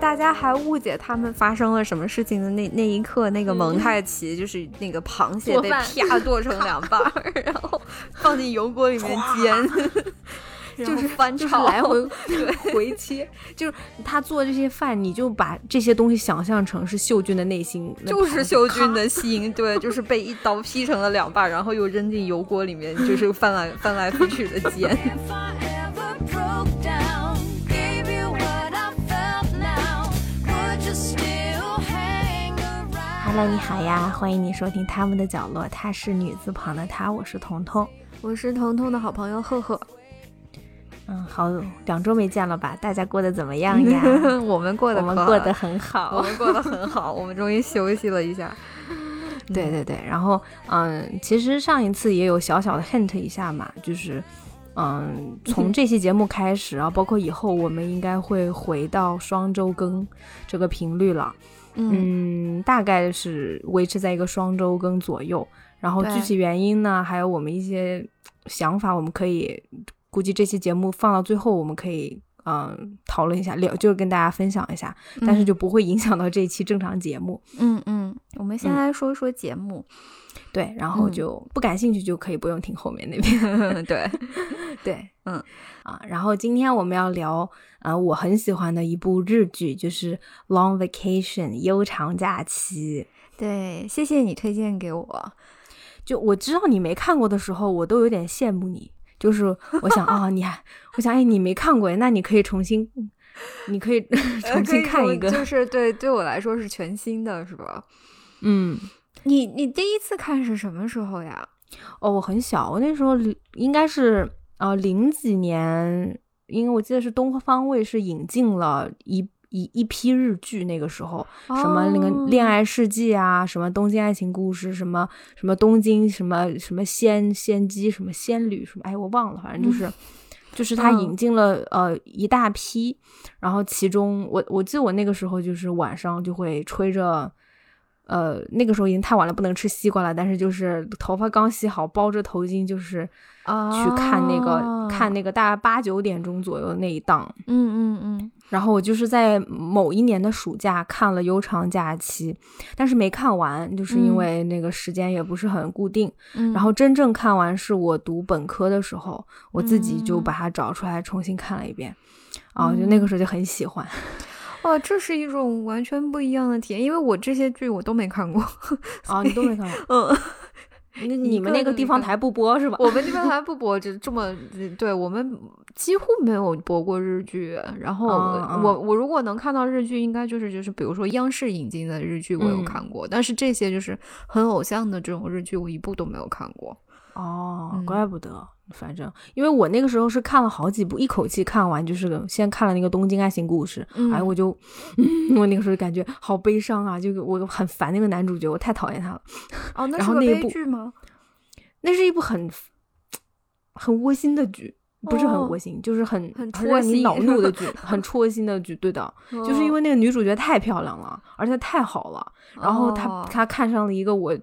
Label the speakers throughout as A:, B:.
A: 大家还误解他们发生了什么事情的那那一刻，那个蒙太奇就是那个螃蟹被
B: 做饭
A: 啪剁成两半儿， 然后放进油锅里面 煎，就是翻
B: 就是
A: 炒
B: 来 回回切，就是他做这些饭，你就把这些东西想象成是秀君的内心，那
A: 就是
B: 螃
A: 秀君的心，对，就是被一刀劈成了两半，然后又扔进油锅里面，就是翻来翻来覆去的煎。
C: If I ever broke down, gave you what I felt now, would you still hang around?
B: 哈喽，你好呀，欢迎你收听他们的角落，她是女字旁的她，我是彤彤。
A: 我是彤彤的好朋友赫赫，
B: 嗯，好，两周没见了吧？大家过得怎么样呀？
A: 我们 过得
B: 我们
A: 可
B: 过
A: 好哦
B: 得很
A: 我
B: 好。
A: 们过得很好，我们终于休息了一 下。
B: 对对对，然后嗯，其实上一次也有小小的 hint 一下嘛，就是嗯，从这期节目开始啊，包括以后我们应该会回到双周更这个频率了。
A: 嗯，
B: 嗯，大概是维持在一个双周更左右。然后具
A: 对
B: 体原因呢，还有我们一些想法，我们可以估计这期节目放到最后，我们可以嗯、呃讨论一下，聊就是跟大家分享一下，但是就不会影响到这一期正常节目。
A: 嗯嗯，我们先
B: 嗯
A: 来说说节 目。
B: 对，然后
A: 嗯
B: 就不感兴趣就可以不用听后面那边。
A: 对，
B: 对，
A: 嗯
B: 啊，然后今天我们要聊，呃，我很喜欢的一部日剧，就是《Long Vacation》悠长假期。
A: 对，谢谢你推荐给我。
B: 就我知道你没看过的时候，我都有点羡慕你。就是我想啊、你还我想哎，你没看过，那你可以重新，你呃可以 重新看一
A: 就
B: 个。
A: 是对对我来说是全新的，是吧？
B: 嗯，
A: 你你第一次看是什么时候呀？
B: 哦，我很小，我那时候应该是呃零几年，因为我记得是东方卫视引进了一。一一批日剧，那个时候什么那个
A: 哦
B: 《恋爱世纪》啊，什么《东京爱情故事》，什么什么东京什么什么仙仙姬，什么仙女，什么哎我忘了，反正就是、 就是他
A: 嗯
B: 引进了、呃一大批，然后其中我我记得我那个时候就是晚上就会吹着呃，那个时候已经太晚了，不能吃西瓜了。但是就是头发刚洗好，包着头巾，就是
A: 啊
B: 去看那个、
A: 哦
B: 看那个大概八九点钟左右的那一档。
A: 嗯嗯嗯，
B: 然后我就是在某一年的暑假看了《悠长假期》，但是没看完，就是因
A: 嗯
B: 为那个时间也不是很固定。
A: 嗯
B: 然后真正看完是我读本科的时候，我自己就
A: 嗯
B: 把它找出来重新看了一遍。啊，就那个时候就很 喜欢。
A: 哦，这是一种完全不一样的体验，因为我这些剧我都没看过。
B: 啊，你都没 看完？
A: 嗯，
B: 那
A: 一
B: 你们
A: 个
B: 那个
A: 都
B: 地
A: 没
B: 方
A: 看
B: 台不播是吧？
A: 我们这边还不播，就这么嗯对我们几乎没有播过日剧。然后我、
B: 嗯嗯
A: 我我如果能看到日剧，应该就是就是比如说央视引进的日剧我有
B: 嗯
A: 看过，但是这些就是很偶像的这种日剧，我一部都没有看过。
B: 哦，
A: 嗯
B: 怪不得，反正因为我那个时候是看了好几部，一口气看完，就是先看了那个《东京爱情故事》
A: 嗯
B: 哎，我就、嗯，我那个时候感觉好悲伤啊，就我很烦那个男主角，我太讨厌他了。
A: 哦，那
B: 然
A: 是
B: 后
A: 个
B: 那一
A: 悲
B: 部
A: 剧吗？
B: 那是一部很很窝心的剧，不是
A: 哦
B: 很窝心，就是很
A: 很戳
B: 让你
A: 心哦
B: 恼怒的 剧，很戳心的剧。对的，就是因为那个女主角太漂亮了，而且太好了，然后他、
A: 哦
B: 他看上了一个我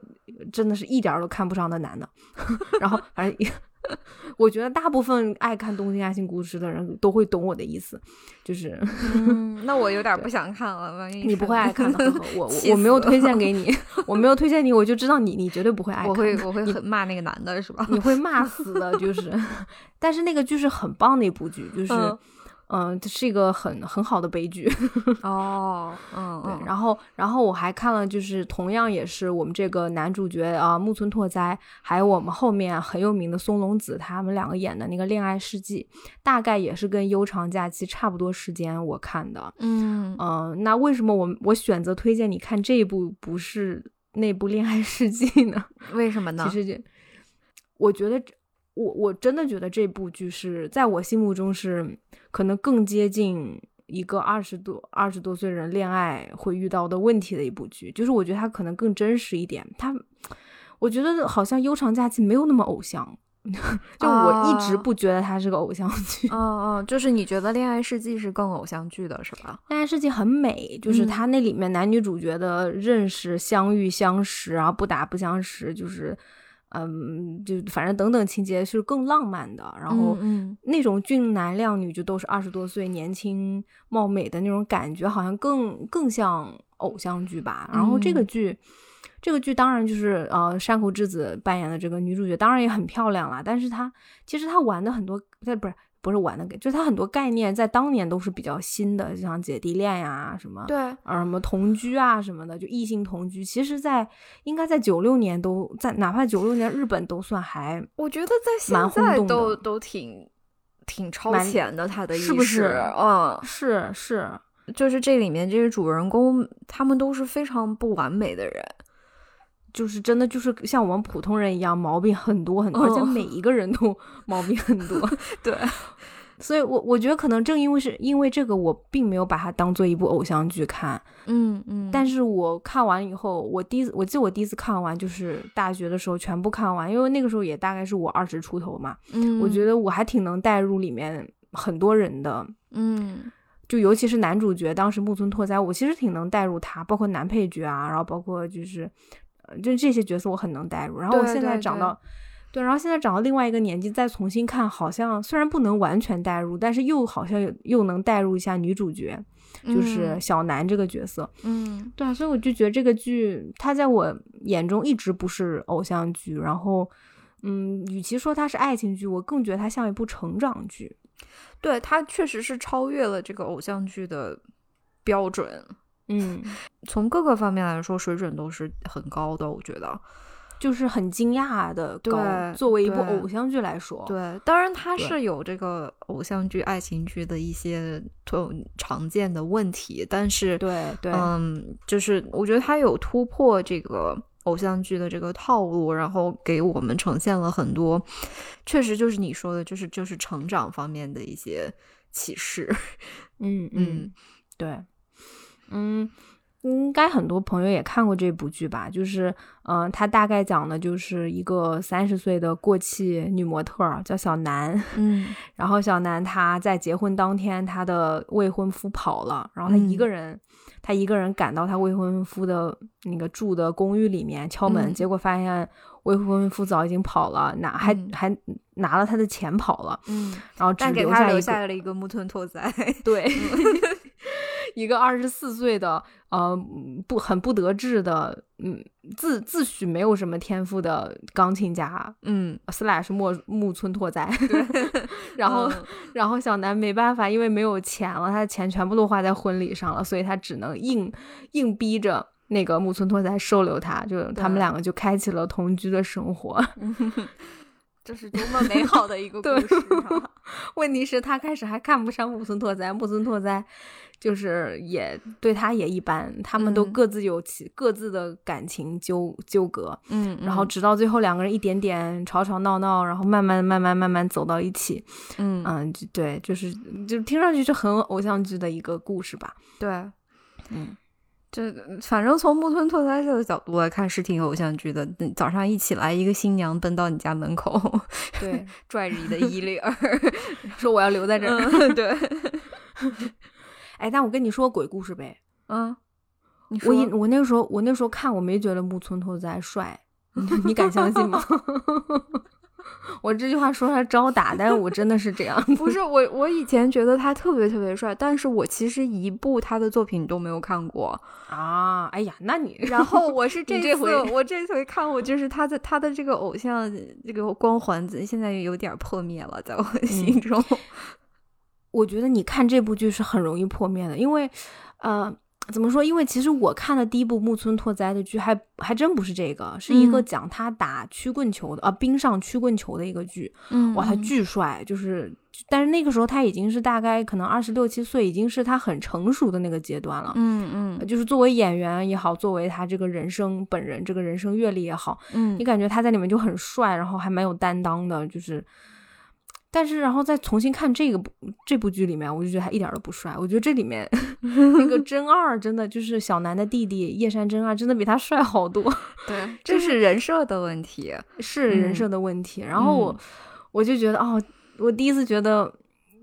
B: 真的是一点儿都看不上的男的， 然后反正 我觉得大部分爱看《东京爱情故事》的人都会懂我的意思，就是
A: 嗯，那我有点不想看了，万一
B: 你不 会爱看的，呵呵我我
A: 气
B: 我没有
A: 死了
B: 推荐 给你，我没有推荐你，我就知道你你绝对不会爱看
A: 我会
B: 的
A: 我会
B: 你
A: 很骂那个男的是 吧？
B: 你会骂死的，就是， 但是那个剧是很棒的一部剧，就是。
A: 嗯
B: 嗯这是一个很很好的悲剧，
A: 哦，嗯
B: 对。 然后，然后我还看了，就是同样也是我们这个男主角啊，木村拓哉，还有我们后面啊很有名的松隆子，他们两个演的那个《恋爱世纪》，大概也是跟《悠长假期》差不多时间我看的。
A: 嗯
B: 嗯、那为什么我我选择推荐你看这一部不是那部《恋爱世纪》呢？
A: 为什么呢
B: 其？实就我觉得这，我我真的觉得这部剧是在我心目中是可能更接近一个二十多二十多岁人恋爱会遇到的问题的一部剧，就是我觉得它可能更真实一点。它，我觉得好像《悠长假期》没有那么偶像， 就我一直
A: 啊
B: 不觉得它是个偶像剧。
A: 哦哦，就是你觉得《恋爱世纪》是更偶像剧的是吧？
B: 恋爱世纪很美，就是
A: 嗯
B: 它那里面男女主角的认识、相遇、相识，然后不打不相识，就是嗯，就反正等等情节是更浪漫的，然后
A: 嗯
B: 那种俊男靓女就都是二十多岁年轻貌美的那种感觉，好像更更像偶像剧吧。然后这个
A: 嗯
B: 剧，这个剧当然就是呃山口智子扮演的这个女主角，当然也很漂亮啦。但是她其实她玩的很多，她不是不是玩的，就是她很多概念在当年都是比较新的，就像姐弟恋呀、什么
A: 对，
B: 啊什么同居啊什么的，就异性同居。其实在，应该在九六年都在，哪怕九六年日本都算还
A: 我觉得在
B: 蛮
A: 现
B: 轰
A: 在
B: 动的
A: 都都挺挺超
B: 蛮
A: 前的，他的
B: 是
A: 意
B: 不
A: 识
B: 是
A: 嗯，
B: 是是，
A: 就是这里面这些主人公，他们都是非常不完美的人，
B: 就是真的就是像我们普通人一样，毛病很多很多，而且
A: 嗯
B: 每一个人都 毛病很 多。
A: 对，
B: 所以我我觉得可能正因为是因为这个，我并没有把它当做一部偶像剧看。
A: 嗯嗯
B: 但
A: 是
B: 是我看完以后，我第一次我记得我第一次看完就是大学的时候全部看完，因为那个时候也大概是我二十出头嘛，
A: 嗯，
B: 我觉得我还挺能带入里面很多人的。
A: 嗯
B: 就尤其是男主角，当时木村拓哉，我其实挺能带入他，包括男配角啊，然后包括就是，呃，就这些角色我很能带入。然后我
A: 对
B: 现在
A: 对
B: 长
A: 对
B: 到，对然后现在长到另外一个年纪再重新看，好像虽然不能完全带入，但是又好像有又能带入一下女主角，就是小南这个角色。
A: 嗯
B: 嗯对啊，所以我就觉得这个剧，它在我眼中一直不是偶像剧，然后。嗯，与其说它是爱情剧，我更觉得它像一部成长剧。
A: 对他确实是超越了这个偶像剧的标准，
B: 嗯，
A: 从各个方面来说水准都是很高的，我觉得。
B: 就是很惊讶的高。
A: 对
B: 作为一部
A: 对
B: 偶像剧来说，
A: 对，当然它
B: 对
A: 是有这个偶像剧、爱情剧的一些特常见的问题，但是
B: 对对
A: 嗯，就是我觉得它有突破这个偶像剧的这个套路，然后给我们呈现了很多，确实就是你说的，就是就是成长方面的一些启示。
B: 嗯嗯，对，嗯。应该很多朋友也看过这部剧吧，就是，嗯、呃，它大概讲的就是一个三十岁的过气女模特儿叫小南，
A: 嗯
B: 然后小南她在结婚当天，她的未婚夫跑了，然后她一
A: 嗯
B: 个人，她一个人赶到她未婚夫的那个住的公寓里面敲门，
A: 嗯
B: 结果发现未婚夫早已经跑了，拿还、
A: 嗯
B: 还拿了她的钱跑了，
A: 嗯，
B: 然后只
A: 但给
B: 留
A: 他
B: 下一
A: 留
B: 个
A: 下嗯了一个木村拓哉。
B: 对， 一个二十四岁的呃不很不得志的嗯自自诩没有什么天赋的钢琴家
A: 嗯，
B: slash 木木村拓哉， 然后、
A: 嗯
B: 然后小南没办法，因为没有钱了，他的钱全部都花在婚礼上了，所以他只能硬硬逼着。那个木村拓哉收留他，就他们
A: 对
B: 两个就开启了同居的生活。
A: 这是多么美好的一个故
B: 对
A: 事、啊！
B: 问题是，他开始还看不上木村拓哉，木村拓哉就是也对他也一般，他们都
A: 嗯
B: 各自有其、各自的感情纠纠葛，
A: 嗯，
B: 然后直到最后两个人一点点吵吵闹闹，然后慢慢慢慢慢慢走到一起，
A: 嗯
B: 嗯，就对，就是就听上去就很偶像剧的一个故事吧，
A: 对，
B: 嗯，
A: 这反正从木村拓哉这个角度来看是挺偶像剧的。嗯早上一起来，一个新娘奔到你家门口，
B: 对，
A: 拽着你的衣领儿，
B: 说我要留在这儿，
A: 嗯 对，
B: 哎，但我跟你说个鬼故事呗，
A: 嗯，你说
B: 我一我那时候我那时候看我没觉得木村拓哉帅，你敢相信吗？ 我这句话说出来招打，但是我真的是这样。
A: 不是我，我以前觉得他特别特别帅，但是我其实一部他的作品都没有看过。
B: 啊，哎呀，那你
A: 然后我 是这
B: 你
A: 次
B: 这回
A: 我这回看我就是他的他的这个偶像这个光环现在有点破灭了，在我心中。
B: 我觉得你看这部剧是很容易破灭的，因为，呃，怎么说？因为其实我看的第一部木村拓哉的剧还还真不是这个，是一个
A: 嗯
B: 讲他打曲棍球的啊、冰上曲棍球的一个剧。
A: 嗯
B: 哇，他巨帅，就是，但是那个时候他已经是大概可能二十六七岁，已经是他很成熟的那个阶段了。
A: 嗯 嗯
B: 就是作为演员也好，作为他这个人生本人这个人生阅历也好，
A: 嗯
B: 你感觉他在里面就很帅，然后还蛮有担当的，就是。但是，然后再重新看这个部这部剧里面，我就觉得他一点儿都不帅。我觉得这里 面那个真二真的就是小南的弟弟叶山真二，真的比他帅好多，
A: 对，这是人设的问题。
B: 是人设的问题。然后我、
A: 嗯
B: 我就觉得哦，我第一次觉得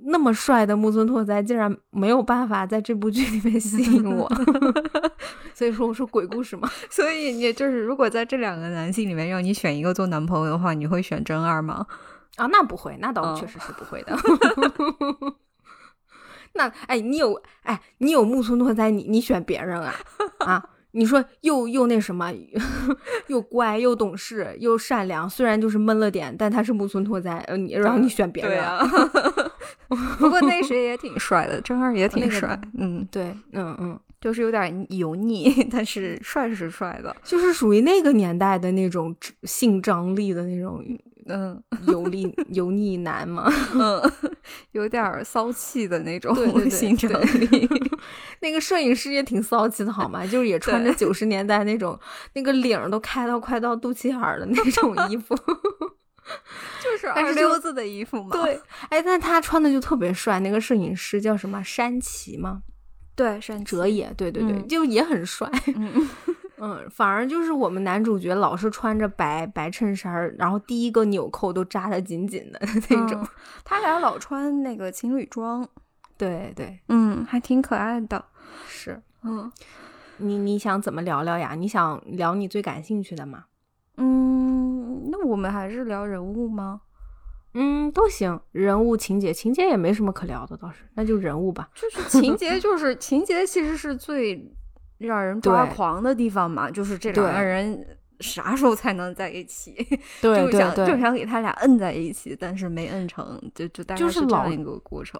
B: 那么帅的木村拓哉竟然没有办法在这部剧里面吸引我， 所以说我说鬼故事嘛，
A: 所以你就是，如果在这两个男性里面让你选一个做男朋友的话，你会选真二吗？
B: 啊，那不会，那倒
A: 嗯
B: 确实是不会的。 那哎，你有哎，你有木村拓哉，你你选别人啊啊！你说又又那什么， 又乖又懂事又善良，虽然就是闷了点，但他是木村拓哉，呃，你然后你选别人，，
A: 啊 不过那谁也挺帅的，真二也挺
B: 那个
A: 帅，嗯，
B: 对，嗯嗯，
A: 就是有点油腻， 但是帅是帅的，
B: 就是属于那个年代的那种性张力的那种
A: 嗯
B: 油腻 油腻男嘛。
A: 嗯，有点骚气的那种
B: 对 对对
A: 性
B: 对
A: 张力，
B: 那个摄影师也挺骚气的，好吗？就是也穿着九十年代那种那个领儿都开到快到肚脐眼儿的那种衣服。
A: 就是
B: 但
A: 二
B: 是就
A: 溜子的衣服嘛，
B: 对，哎，但他穿的就特别帅。那个摄影师叫什么？山崎吗？
A: 对，山
B: 哲也，对对对，
A: 嗯
B: 就也很帅。
A: 嗯，
B: 嗯，反而就是我们男主角老是穿着白白衬衫儿，然后第一个纽扣都扎得紧紧的那种。
A: 嗯他俩老穿那个情侣装，
B: 对对，
A: 嗯，还挺可爱的，
B: 是
A: 嗯。
B: 你你想怎么聊聊呀？你想聊你最感兴趣的吗？
A: 嗯，那我们还是聊人物吗？
B: 嗯，都行。人物情节，情节也没什么可聊的，倒是那就人物吧。
A: 就是情节，就是情节，其实是最让人抓
B: 对
A: 狂的地方嘛。就是这两个
B: 对
A: 人啥时候才能在一起？
B: 对
A: 就想就想给他俩摁在一起，但是没摁成，就就大概
B: 就是
A: 这
B: 老嗯
A: 样一个过程。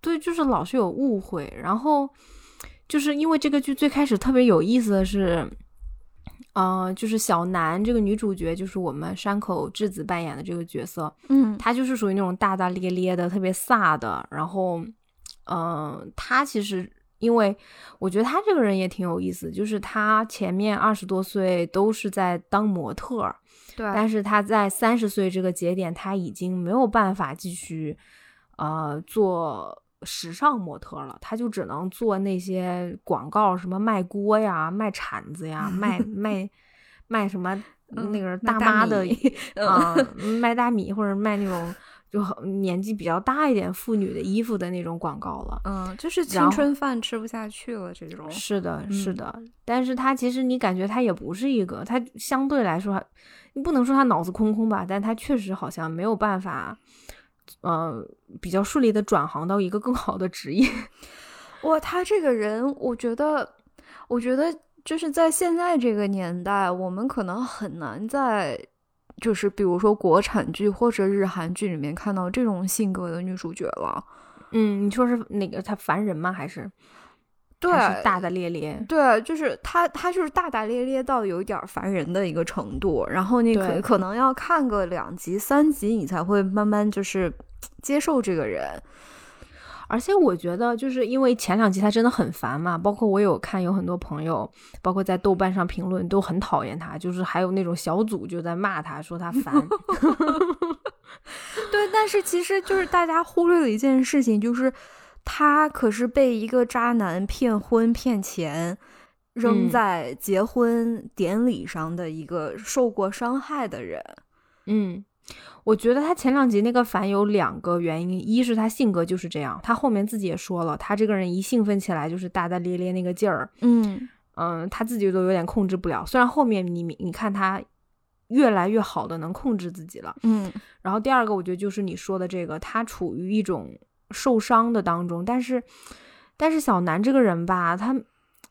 B: 对，就是老是有误会。然后就是因为这个剧最开始特别有意思的是，呃，就是小南这个女主角，就是我们山口智子扮演的这个角色，
A: 嗯
B: 她就是属于那种大大咧咧的、特别飒的。然后，嗯、她其实。因为我觉得她这个人也挺有意思，就是她前面二十多岁都是在当模特儿，
A: 对，
B: 但是他在三十岁这个节点，他已经没有办法继续，呃，做时尚模特了，他就只能做那些广告，什么卖锅呀、卖铲子 呀、卖卖卖什么
A: 嗯
B: 那个
A: 卖
B: 大
A: 大
B: 妈的
A: 米 嗯
B: 啊、卖大米或者卖那种就很年纪比较大一点妇女的衣服的那种广告了。
A: 嗯，就是
B: 然
A: 青
B: 后
A: 春饭吃不下去了这种。
B: 是的，是
A: 嗯
B: 的，但是他其实你感觉他也不是一个，他相对来说还，你不能说他脑子空空吧，但他确实好像没有办法，呃，比较顺利的转行到一个更好的职业。
A: 哇，他这个人，我觉得，我觉得就是在现在这个年代，我们可能很难在就是比如说国产剧或者日韩剧里面看到这种性格的女主角了。
B: 嗯，你说是哪个他烦人吗？还是
A: 对，
B: 还是大大咧咧？
A: 对，就是他，他就是大大咧咧到有一点儿烦人的一个程度，然后你可
B: 对
A: 可能要看个两集、三集，你才会慢慢就是接受这个人。
B: 而且我觉得，就是因为前两集他真的很烦嘛，包括我有看有很多朋友，包括在豆瓣上评论都很讨厌他，就是还有那种小组就在骂他说 他烦。
A: 对，但是其实就是大家忽略了一件事情，就是他可是被一个渣男骗婚骗钱，扔
B: 嗯
A: 在结婚典礼上的一个受过伤害的人。
B: 嗯，我觉得他前两集那个烦有两个原因，一是他性格就是这样，他后面自己也说了，他这个人一兴奋起来就是大大咧咧那个劲儿，
A: 嗯，
B: 嗯，他自己都有点控制不了。虽然后面你你看他越来越好的能控制自己了，
A: 嗯，
B: 然后第二个我觉得就是你说的这个，他处于一种受伤的当中，但是但是小南这个人吧，她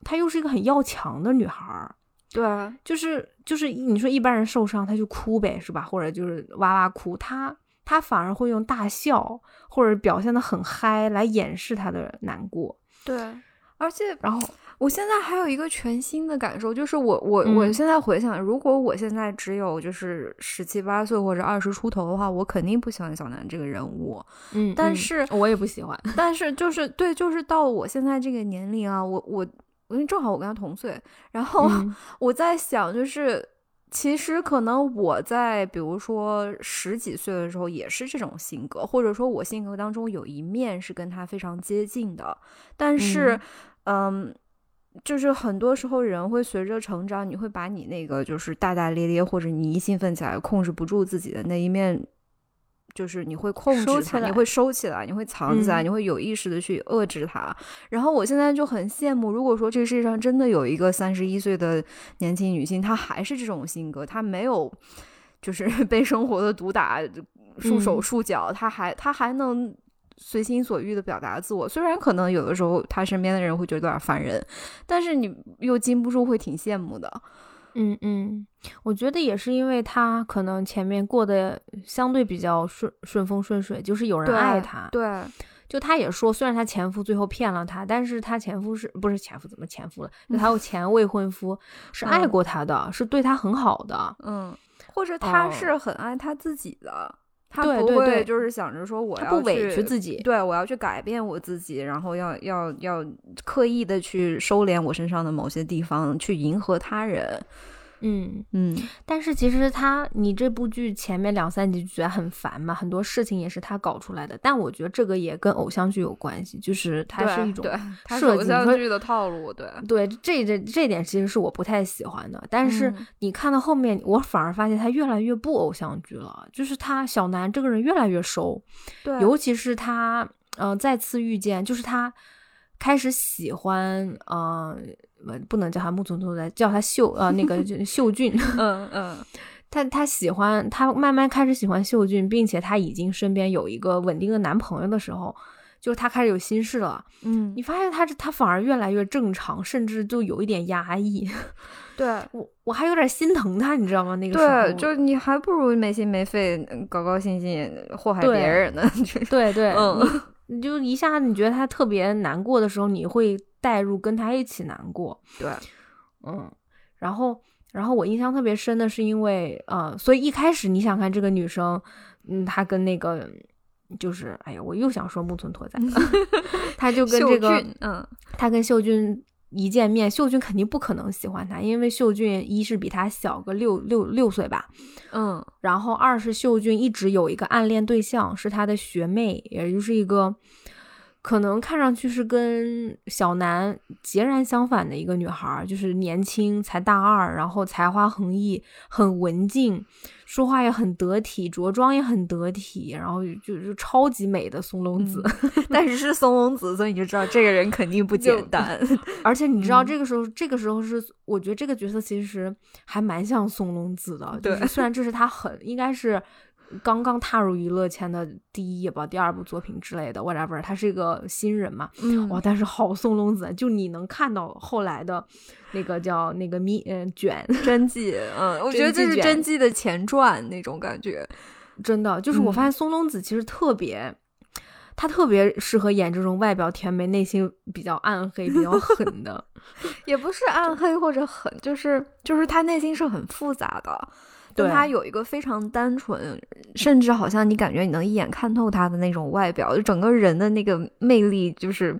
B: 她又是一个很要强的女孩儿，
A: 对，啊
B: 就是就是一你说一般人受伤他就哭呗，是吧？或者就是哇哇哭，他他反而会用大笑或者表现的很嗨来掩饰他的难过。
A: 对，啊而且
B: 然后，
A: 我现在还有一个全新的感受，就是我我、我
B: 嗯
A: 现在回想，如果我现在只有就是十七八岁或者二十出头的话，我肯定不喜欢小南这个人物。
B: 嗯
A: 但是
B: 我也不喜欢。
A: 但是就是对，就是到我现在这个年龄啊，我我因为正好我跟他同岁，然后
B: 嗯
A: 我在想，就是其实可能我在比如说十几岁的时候也是这种性格，或者说我性格当中有一面是跟他非常接近的，但是，嗯。就是很多时候，人会随着成长，你会把你那个就是大大咧咧，或者你一兴奋起来控制不住自己的那一面就是你会控
B: 收
A: 制
B: 起
A: 它，你
B: 来
A: 会收起来，你会藏起来，
D: 嗯
A: 你会有意识的去遏制它。然后我现在就很羡慕，如果说这个世界上真的有一个三十一岁的年轻女性，她还是这种性格，她没有就是 被生活的毒打束手
D: 嗯
A: 束脚，她还她还能。随心所欲的表达自我，虽然可能有的时候她身边的人会觉得有点烦人，但是你又禁不住会挺羡慕的。
B: 嗯嗯，我觉得也是因为他可能前面过得相对比较顺顺风顺水，就是有人爱他。
A: 对，
B: 就他也说，虽然他前夫最后骗了他，但是他前夫是不是前夫怎么前夫了？就他有前未婚夫是爱
A: 嗯
B: 过他的，是对他很好的。
A: 嗯，或者他
B: 哦
A: 是很爱他自己的，他
B: 对
A: 不
B: 对对
A: 会就是想着说我
B: 他
A: 要
B: 不委屈
A: 己，
B: 自己，
A: 对我要去改变我自己，然后要要要刻意的去收敛我身上的某些地方，去迎合他人。
B: 嗯。
A: 嗯，
B: 但是其实他，你这部剧前面两三集就觉得很烦嘛，很多事情也是他搞出来的。但我觉得这个也跟偶像剧有关系，就是它是一种
A: 对，它是
B: 设
A: 偶
B: 计
A: 像
B: 和
A: 剧的套路，对。
B: 对，这这这点其实是我不太喜欢的。但是
A: 嗯
B: 你看到后面，我反而发现他越来越不偶像剧了，就是他小南这个人越来越收，
A: 对
B: 尤其是他，呃，再次遇见，就是他开始喜欢，呃，不不能叫他木村拓哉，叫他秀，呃，那个就秀俊，
A: 嗯嗯，
B: 他他喜欢他慢慢开始喜欢秀俊，并且他已经身边有一个稳定的男朋友的时候，就是他开始有心事了。
A: 嗯
B: 你发现他这他反而越来越正常，甚至就有一点压抑。
A: 对
B: 我我还有点心疼他，你知道吗？那个时候
A: 对，就你还不如没心没肺，嗯高高兴兴祸害别
B: 对
A: 人呢。
B: 对对，
A: 嗯
B: 你你就一下子你觉得他特别难过的时候，你会带入跟他一起难过。
A: 对，
B: 嗯，然后然后我印象特别深的是因为呃，所以一开始你想看这个女生，嗯，她跟那个就是哎呀，我又想说木村 拓哉，她就跟
A: 秀
B: 这个
A: 俊嗯
B: 她跟秀俊。一见面，秀俊肯定不可能喜欢她，因为秀俊一是比她小个六六六岁吧，
A: 嗯
B: 然后二是秀俊一直有一个暗恋对象，是他的学妹，也就是一个可能看上去是跟小南截然相反的一个女孩儿，就是年轻才大二，然后才华横溢，很文静，说话也很得体，着装也很得体，然后就就超级美的松隆 子。
A: 但是是松隆子，所以你就知道这个人肯定 不简单。
B: 而且你知
A: 嗯
B: 道，这个时候，这个时候是我觉得这个角色其实还蛮像松隆子的，就
A: 对
B: 是虽然这是他很应该是刚刚踏入娱乐圈的第一吧，第二部作品之类的，whatever，他是一个新人嘛，
A: 嗯
B: 哇，但是好松隆子，就你能看到后来的那个叫那个咪嗯、卷，
A: 真纪， 嗯，我觉得这是
B: 真纪卷
A: 真纪的前传那种感觉。
B: 真的就是我
A: 嗯
B: 发现松隆子其实特别。他特别适合演这种外表甜美、内心比较暗黑、比较狠的，
A: 也不是暗黑或者很，就是就是他内心是很复杂的，但
B: 对
A: 他有一个非常单纯，甚至好像你感觉你能一眼看透他的那种外表，就整个人的那个魅力就是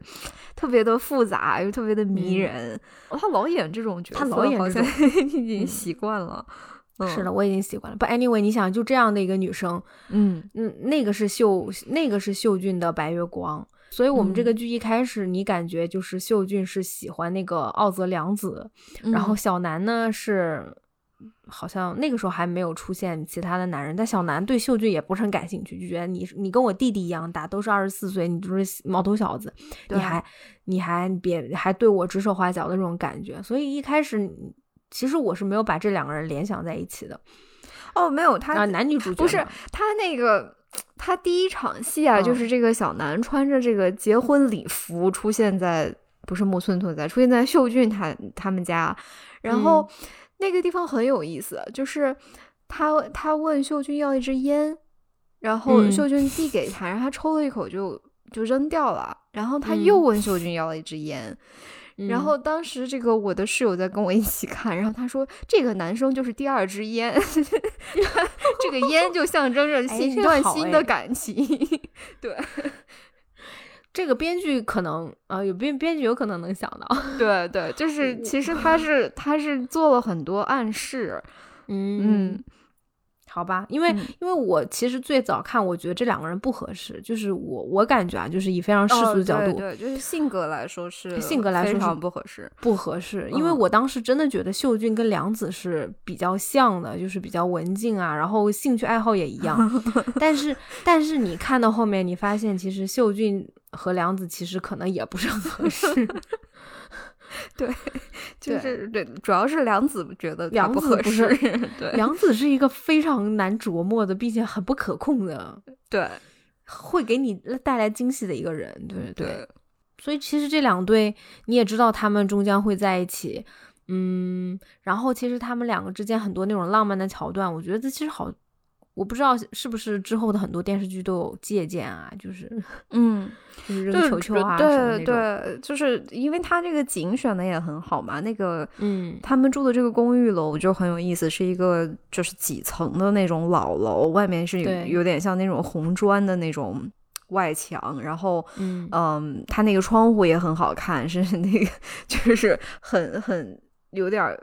A: 特别的复杂，又特别的迷
B: 嗯
A: 人。哦他老演这种角色，
B: 他老演
A: 好
B: 这
A: 像
B: 种
A: 已经
B: 嗯
A: 习惯了。 嗯、
B: 是的，，我已经习惯了。But anyway，你想，就这样的一个女生，
A: 嗯
B: 嗯，那个是秀，那个是秀俊的白月光。所以，我们
A: 嗯
B: 这个剧一开始，你感觉就是秀俊是喜欢那个奥泽良子，
A: 嗯，
B: 然后小南呢是好像那个时候还没有出现其他的男人，但小南对秀俊也不是很感兴趣，就觉得你是你跟我弟弟一样大，都是二十四岁，你就是毛头小子，你
A: 对
B: 还你还别还对我指手画脚的这种感觉。所以一开始，其实我是没有把这两个人联想在一起的。
A: 哦，没有他
B: 啊，男女主角
A: 不是
B: 嘛
A: 他那个，他第一场戏啊，
B: 嗯
A: 就是这个小南穿着这个结婚礼服出现在，不是木村拓哉，出现在秀俊他他们家，然后、
B: 嗯
A: 那个地方很有意思，就是他他问秀俊要一支烟，然后
B: 嗯
A: 秀俊递给他，然后他抽了一口就就扔掉了，然后他又
B: 嗯
A: 问秀俊要了一支烟，然
B: 嗯
A: 后当时这个我的室友在跟我一起看，然后他说这个男生就是第二支烟， 这个烟就象征着
B: 哎
A: 新一
B: 这
A: 段
B: 好
A: 新
B: 哎
A: 的感情。 对
B: 这个编剧可能呃，有编编剧有可能能想到，
A: 对对，
B: 嗯
A: 就是其实他是他是做了很多暗示，
B: 嗯
A: 嗯，
B: 好吧，因为、
A: 嗯
B: 因为我其实最早看，我觉得这两个人不合适，就是我我感觉啊，就是以非常世
A: 哦
B: 俗的角度、
A: 对对，就是性格来说是
B: 性格来
A: 非
B: 说是
A: 常不合适。
B: 不合适，因为
A: 嗯
B: 我当时真的觉得秀俊跟梁子是比较像的，就是比较文静啊，然后兴趣爱好也一 样。但是，但是你看到后面，你发现其实秀俊和梁子其实可能也不是很合 适，
A: 就
B: 对
A: 是对，主要是梁子觉得他
B: 梁
A: 不
B: 子
A: 合
B: 不
A: 适
B: 是，
A: 对
B: 梁子是一个非常难琢磨的，并且很不可控的，
A: 对
B: 会给你带来惊喜的一个人，对对
A: 嗯对，
B: 所以其实这两对你也知道他们终将会在一起，嗯，然后其实他们两个之间很多那种浪漫的桥段，我觉得这其实好，我不知道是不是之后的很多电视剧都有借鉴啊，就是
A: 嗯，
B: 就是
A: 对
B: 扔球球啊什么
A: 对
B: 那种，
A: 对，就是因为他这个景选的也很好嘛，那个
B: 嗯
A: 他们住的这个公寓楼就很有意思，是一个就是几层的那种老楼，外面是有
B: 对
A: 有点像那种红砖的那种外墙，然后
B: 嗯
A: 嗯，它那个窗户也很好看，是那个就是很很有点儿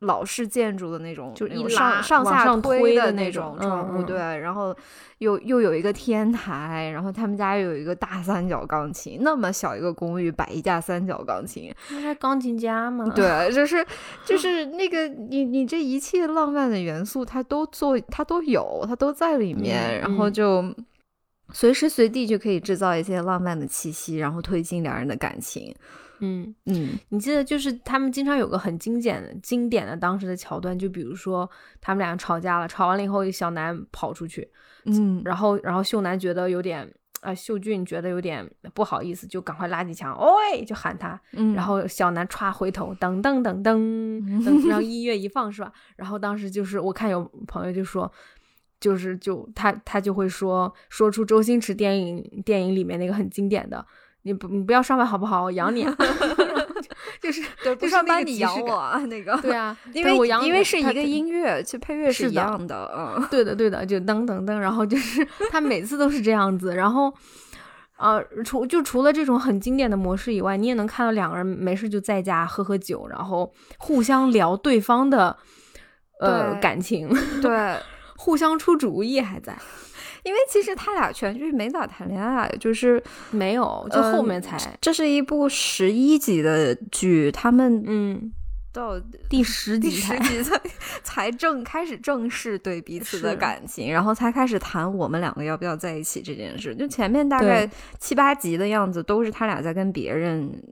A: 老式建筑的那种，
B: 就
A: 那
B: 一
A: 种上
B: 拉
A: 上
B: 往
A: 下
B: 上
A: 推
B: 推的
A: 那
B: 那
A: 种
B: 种
A: 窗户，
B: 嗯嗯
A: 对，然后又又有一个天台，然后他们家有一个大三角钢琴，那么小一个公寓摆一架三角钢琴，
B: 那是钢琴家嘛，
A: 对，啊就是就是那个你你这一切浪漫的元素，它都做它都有，它都在里面，
B: 嗯
A: 然后
B: 嗯
A: 就随时随地就可以制造一些浪漫的气息，然后推进两人的感情。
B: 嗯。
A: 嗯，
B: 你记得就是他们经常有个很经典的、经典的当时的桥段，就比如说他们俩吵架了，吵完了以后，小南跑出去，
A: 嗯
B: 然后然后秀男觉得有点啊、秀俊觉得有点不好意思，就赶快拉几枪，哦喂，就喊他，
A: 嗯
B: 然后小南歘回头，噔噔 噔噔噔，然后音乐一放是吧？然后当时就是我看有朋友就说。就是就他他就会说说出周星驰电影电影里面那个很经典的，你不你不要上班好不好？我养你 啊，就是
A: 对，不
B: 就是
A: 上
B: 那
A: 班
B: 个
A: 你
B: 即视
A: 养我
B: 感
A: 啊，那个
B: 对，啊，
A: 因
B: 但
A: 为
B: 我养
A: 因
B: 我
A: 为是一
B: 他
A: 个音乐，其实配乐
B: 是
A: 一
B: 的
A: 样的， 嗯，
B: 对的，对的，就噔噔噔，然后就是他每次都是这样子，然后，呃，除就除了这种很经典的模式以外，你也能看到两个人没事就在家喝喝酒，然后互相聊对方的呃
A: 对
B: 感情，
A: 对。
B: 互相出主意，还在
A: 因为其实他俩全剧没咋谈恋爱，就是
B: 没有，就后
A: 嗯
B: 面才
A: 这是一部十一集的剧，他们
B: 嗯
A: 到
B: 第十
A: 第
B: 集
A: 十
B: 才
A: 集才才正开始正式对彼此的
B: 是
A: 感情，然后才开始谈我们两个要不要在一起这件事。就前面大概
B: 对
A: 七八集的样子，都是他俩在跟别人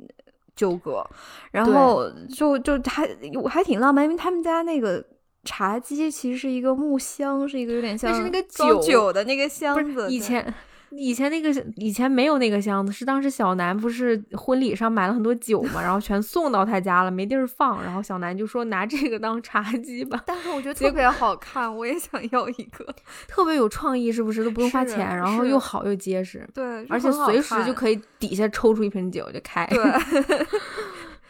A: 纠葛，然后就就还我还挺浪漫，因为他们家那个。茶几其实是一个木箱，是一个有点像
B: 那是那个
A: 装
B: 酒
A: 酒的那个箱
B: 不是
A: 子。对
B: 以前。以前那个以前没有那个箱子，是当时小南不是婚礼上买了很多酒嘛，然后全送到他家了，没地儿放，然后小南就说拿这个当茶几吧，
A: 但是我觉得
B: 结
A: 特别好看，我也想要一个。
B: 特别有创意，是不是？都不用花
A: 是
B: 钱，然后
A: 是
B: 又好又结实，
A: 对，
B: 而且随时就
A: 以。
B: 可以底下抽出一瓶酒就开。
A: 对，，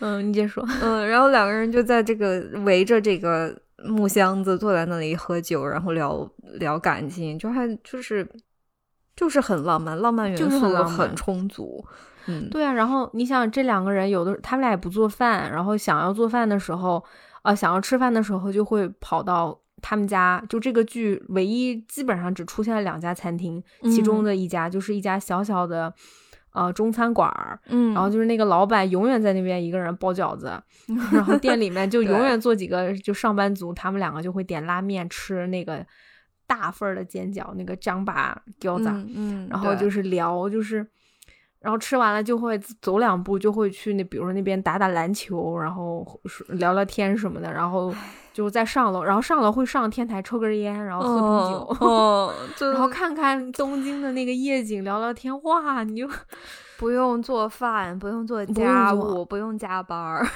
B: 嗯，你接着说。
A: 嗯，然后两个人就在这个围着这个木箱子坐在那里喝酒，然后聊聊感情，就还就是就是很浪漫，浪漫元
B: 就是很
A: 素
B: 浪漫
A: 很充足。嗯，
B: 对啊，然后你想这两个人，有的他们俩也不做饭，然后想要做饭的时候，呃，想要吃饭的时候，就会跑到他们家。就这个剧唯一基本上只出现了两家餐厅，其中
A: 嗯
B: 的一家就是一家小小的。呃，中餐馆儿，
A: 嗯
B: 然后就是那个老板永远在那边一个人包饺子， 然后店里面就永
A: 对
B: 远坐几个就上班族，他们两个就会点拉面吃那个大份儿的煎饺，那个张巴饺子。
A: 嗯，嗯
B: 然后就是是聊，就是，然后吃完了就会走两步，就会去那，比如说那边打打篮球，然后是聊聊天什么的，然后就再上楼，然后上楼会上天台抽根烟，然后
A: 嗯
B: 喝啤 酒，
A: 哦，就
B: 然后看看东京的那个夜景，聊聊天，哇，你就
A: 不用做饭，不用做
B: 不
A: 家
B: 用做
A: 务，不用加班儿，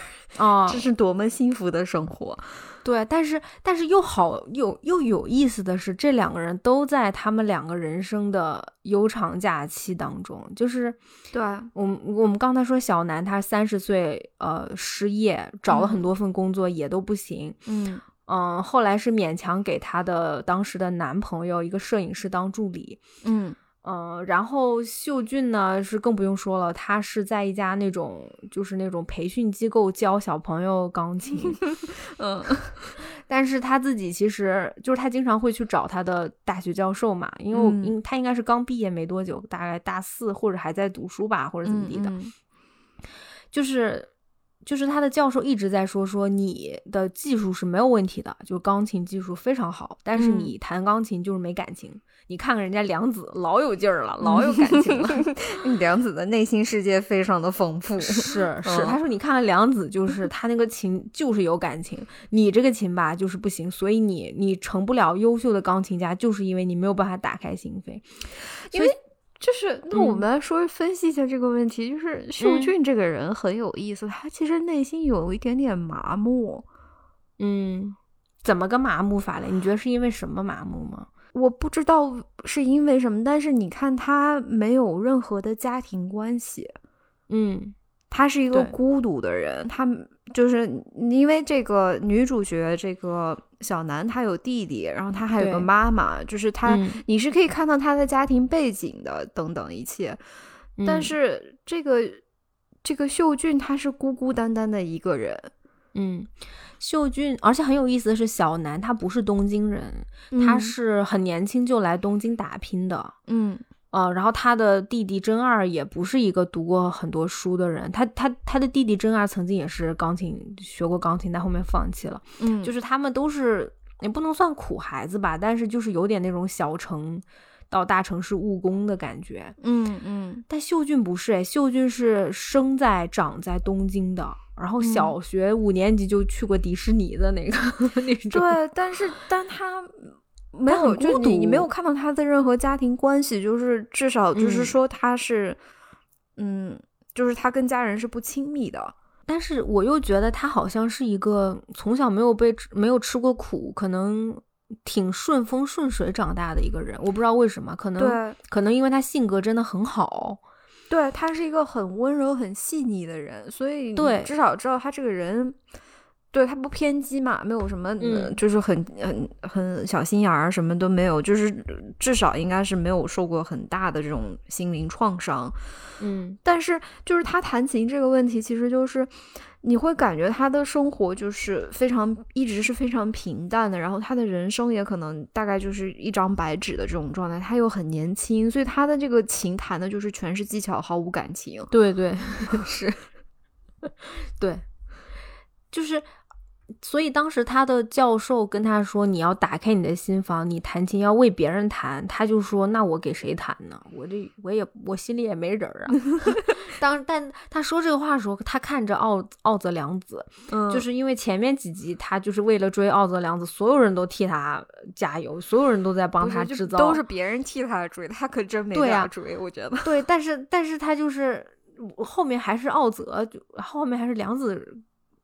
B: 啊
A: 这，是多么幸福的生活。
B: 对，但是但是又好又又有意思的是，这两个人都在他们两个人生的悠长假期当中，就是。
A: 对，
B: 我们我们刚才说小南他三十岁，呃，失业，找了很多份工作、也都不行，
A: 嗯
B: 嗯，后来是勉强给她的当时的男朋友一个摄影师当助理，
A: 嗯
B: 嗯，然后秀俊呢是更不用说了，他是在一家 那种就是那种培训机构教小朋友钢琴，
A: 嗯，
B: 但是他自己其实就是他经常会去找他的大学教授嘛，因为我
A: 嗯
B: 因、他应该是刚毕业没多久，大概大四或者还在读书吧，或者怎么地的，
A: 嗯嗯
B: 就是就是他的教授一直在说说你的技术是没有问题的，就是钢琴技术非常好，但是
A: 嗯
B: 你弹钢琴就是没感情。你看看人家梁子老有劲儿了，老有感情了，
A: 嗯梁子的内心世界非常的丰 富，
B: 是是，
A: 嗯
B: 他说你看看梁子，就是他那个琴就是有感情，你这个琴吧就是不行，所以你你成不了优秀的钢琴家，就是因为你没有办法打开心扉。
A: 就是那我们来说分析一下这个问题，就是秀
B: 嗯
A: 俊这个人很有意思，他其实内心有一点点麻木。
B: 嗯，怎么个麻木法嘞？你觉得是因为什么麻木吗？
A: 我不知道是因为什么，但是你看他没有任何的家庭关系，
B: 嗯
A: 他是一个
B: 对
A: 孤独的人，他就是因为这个女主角这个小南，她有弟弟，然后她还有个
B: 对
A: 妈妈，就是她，
B: 嗯
A: 你是可以看到她的家庭背景的，等等一切。但
B: 嗯
A: 是这个这个秀俊他是孤孤单单的一个人，
B: 嗯，秀俊，而且很有意思的是，小南他不是东京人，他
A: 嗯
B: 是很年轻就来东京打拼的。
A: 嗯
B: 呃，然后他的弟弟真二也不是一个读过很多书的人，他他他的弟弟真二曾经也是钢琴学过钢琴，但后面放弃了。
A: 嗯，
B: 就是是他们都是也不能算苦孩子吧，但是就是有点那种小城到大城市务工的感觉。
A: 嗯嗯
B: 但秀俊不是哎，秀俊是生在长在东京的，然后
A: 嗯
B: 小学五年级就去过迪士尼的那个 那种。
A: 对，但是但他没
B: 他很
A: 有，就
B: 孤
A: 你你没
B: 独
A: 有看到他的任何家庭关系，就是至少就是
B: 嗯
A: 说他是，嗯就是他跟家人是不亲密的，
B: 但是我又觉得他好像是一个从小没有被吃没有吃过苦，可能挺顺风顺水长大的一个人。我不知道为什么，可能
A: 对
B: 可能因为他性格真的很好。
A: 对，他是一个很温柔、很细腻的人，所以你
B: 对
A: 至少知道他这个人。对他不偏激嘛，没有什么，呃
B: 嗯
A: 就是很很很小心眼儿，什么都没有，就是至少应该是没有受过很大的这种心灵创伤。
B: 嗯
A: 但是就是他弹琴这个问题，其实就是你会感觉他的生活就是非常一直是非常平淡的，然后他的人生也可能大概就是一张白纸的这种状态。他又很年轻，所以他的这个琴弹的就是全是技巧，毫无感情。
B: 对对
A: 是，
B: 对，就是。所以当时他的教授跟他说：“你要打开你的心房，你弹琴要为别人弹。”他就说：“那我给谁弹呢？我这我也我心里也没人儿啊。” 当但他说这个话的时候，他看着奥奥泽良子，
A: 嗯
B: 就是因为前面几集他就是为了追奥泽良子，所有人都替他加油，所有人都在帮
A: 不是
B: 他
A: 就
B: 制造，
A: 都是别人替他追，他可真没
B: 对
A: 法
B: 啊
A: 追，我觉得。
B: 对，但是但是他就是后面还是奥泽，就后面还是良子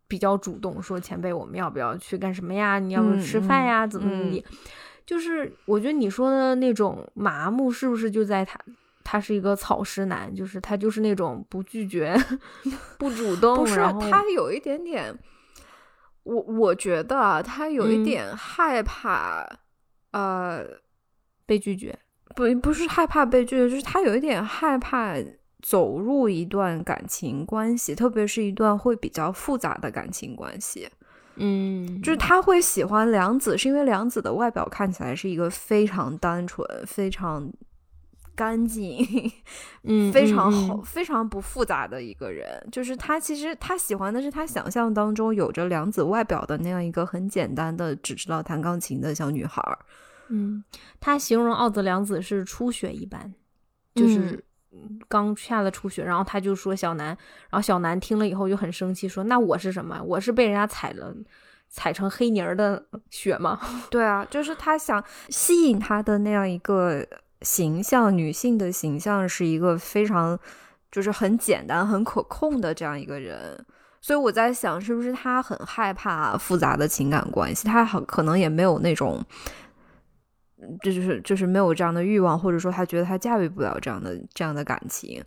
B: 比较主动说前辈我们要不要去干什么呀？你要不
A: 嗯
B: 吃饭呀？怎么怎么地？就是我觉得你说的那种麻木，是不是就在他？他是一个草食男，就是他就是那种不拒绝、 不主动，
A: 不是，
B: 然后
A: 他有一点点，我我觉得啊，他有一
B: 嗯
A: 点害怕，呃，
B: 被拒绝。
A: 不不是害怕被拒绝，就是他有一点害怕走入一段感情关系，特别是一段会比较复杂的感情关系。
B: 嗯，
A: 就是他会喜欢梁子，是因为梁子的外表看起来是一个非常单纯、非常干净、
B: 嗯
A: 非常
B: 嗯嗯
A: 好、非常不复杂的一个人。就是他其实他喜欢的是他想象当中有着梁子外表的那样一个很简单的只知道弹钢琴的小女孩儿。
B: 嗯，他形容奥泽良子是初雪一般，就是刚下了初雪，然后他就说小南，然后小南听了以后就很生气，说那我是什么？我是被人家踩了踩成黑泥儿的雪吗？
A: 对啊，就是他想吸引他的那样一个形象，女性的形象是一个非常就是很简单、很可控的这样一个人。所以我在想，是不是他很害怕复杂的情感关系？他很可能也没有那种，嗯这就是就是没有这样的欲望，或者说他觉得他驾驭不了这样的这样的感情。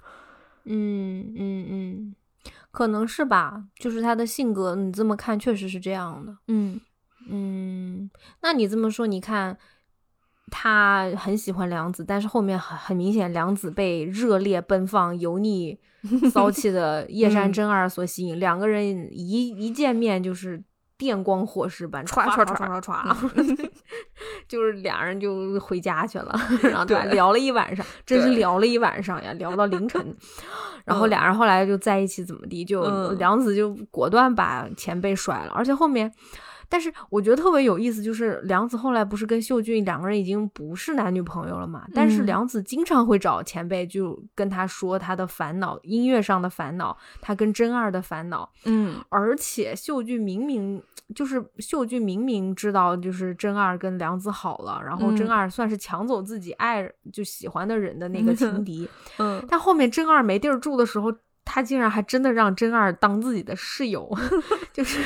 B: 嗯嗯嗯，可能是吧，就是他的性格，你这么看确实是这样的。
A: 嗯
B: 嗯，那你这么说，你看他很喜欢梁子，但是后面很很明显，梁子被热烈奔放、油腻、骚气的叶山
A: 嗯
B: 真二所吸引，两个人一一见面就是电光火石般，
A: 歘
B: 歘
A: 歘
B: 歘歘 歘歘， 就是俩人就回家去了，然后他俩
A: 对
B: 聊了一晚上，真是
A: 对
B: 聊了一晚上呀，聊到凌 晨，然后
A: 嗯
B: 俩人后来就在一起，怎么地，就
A: 嗯
B: 梁子就果断把钱被甩了，而且后面。但是我觉得特别有意思，就是梁子后来不是跟秀俊两个人已经不是男女朋友了嘛？但是
A: 嗯
B: 梁子经常会找前辈，就跟他说他的烦恼，音乐上的烦恼，他跟真二的烦恼。
A: 嗯
B: 而且秀俊明明就是秀俊明明知道就是真二跟梁子好了，然后真
A: 嗯
B: 二算是抢走自己爱就喜欢的人的那个情敌，
A: 嗯，
B: 但后面真二没地儿住的时候，他竟然还真的让真二当自己的室友，就是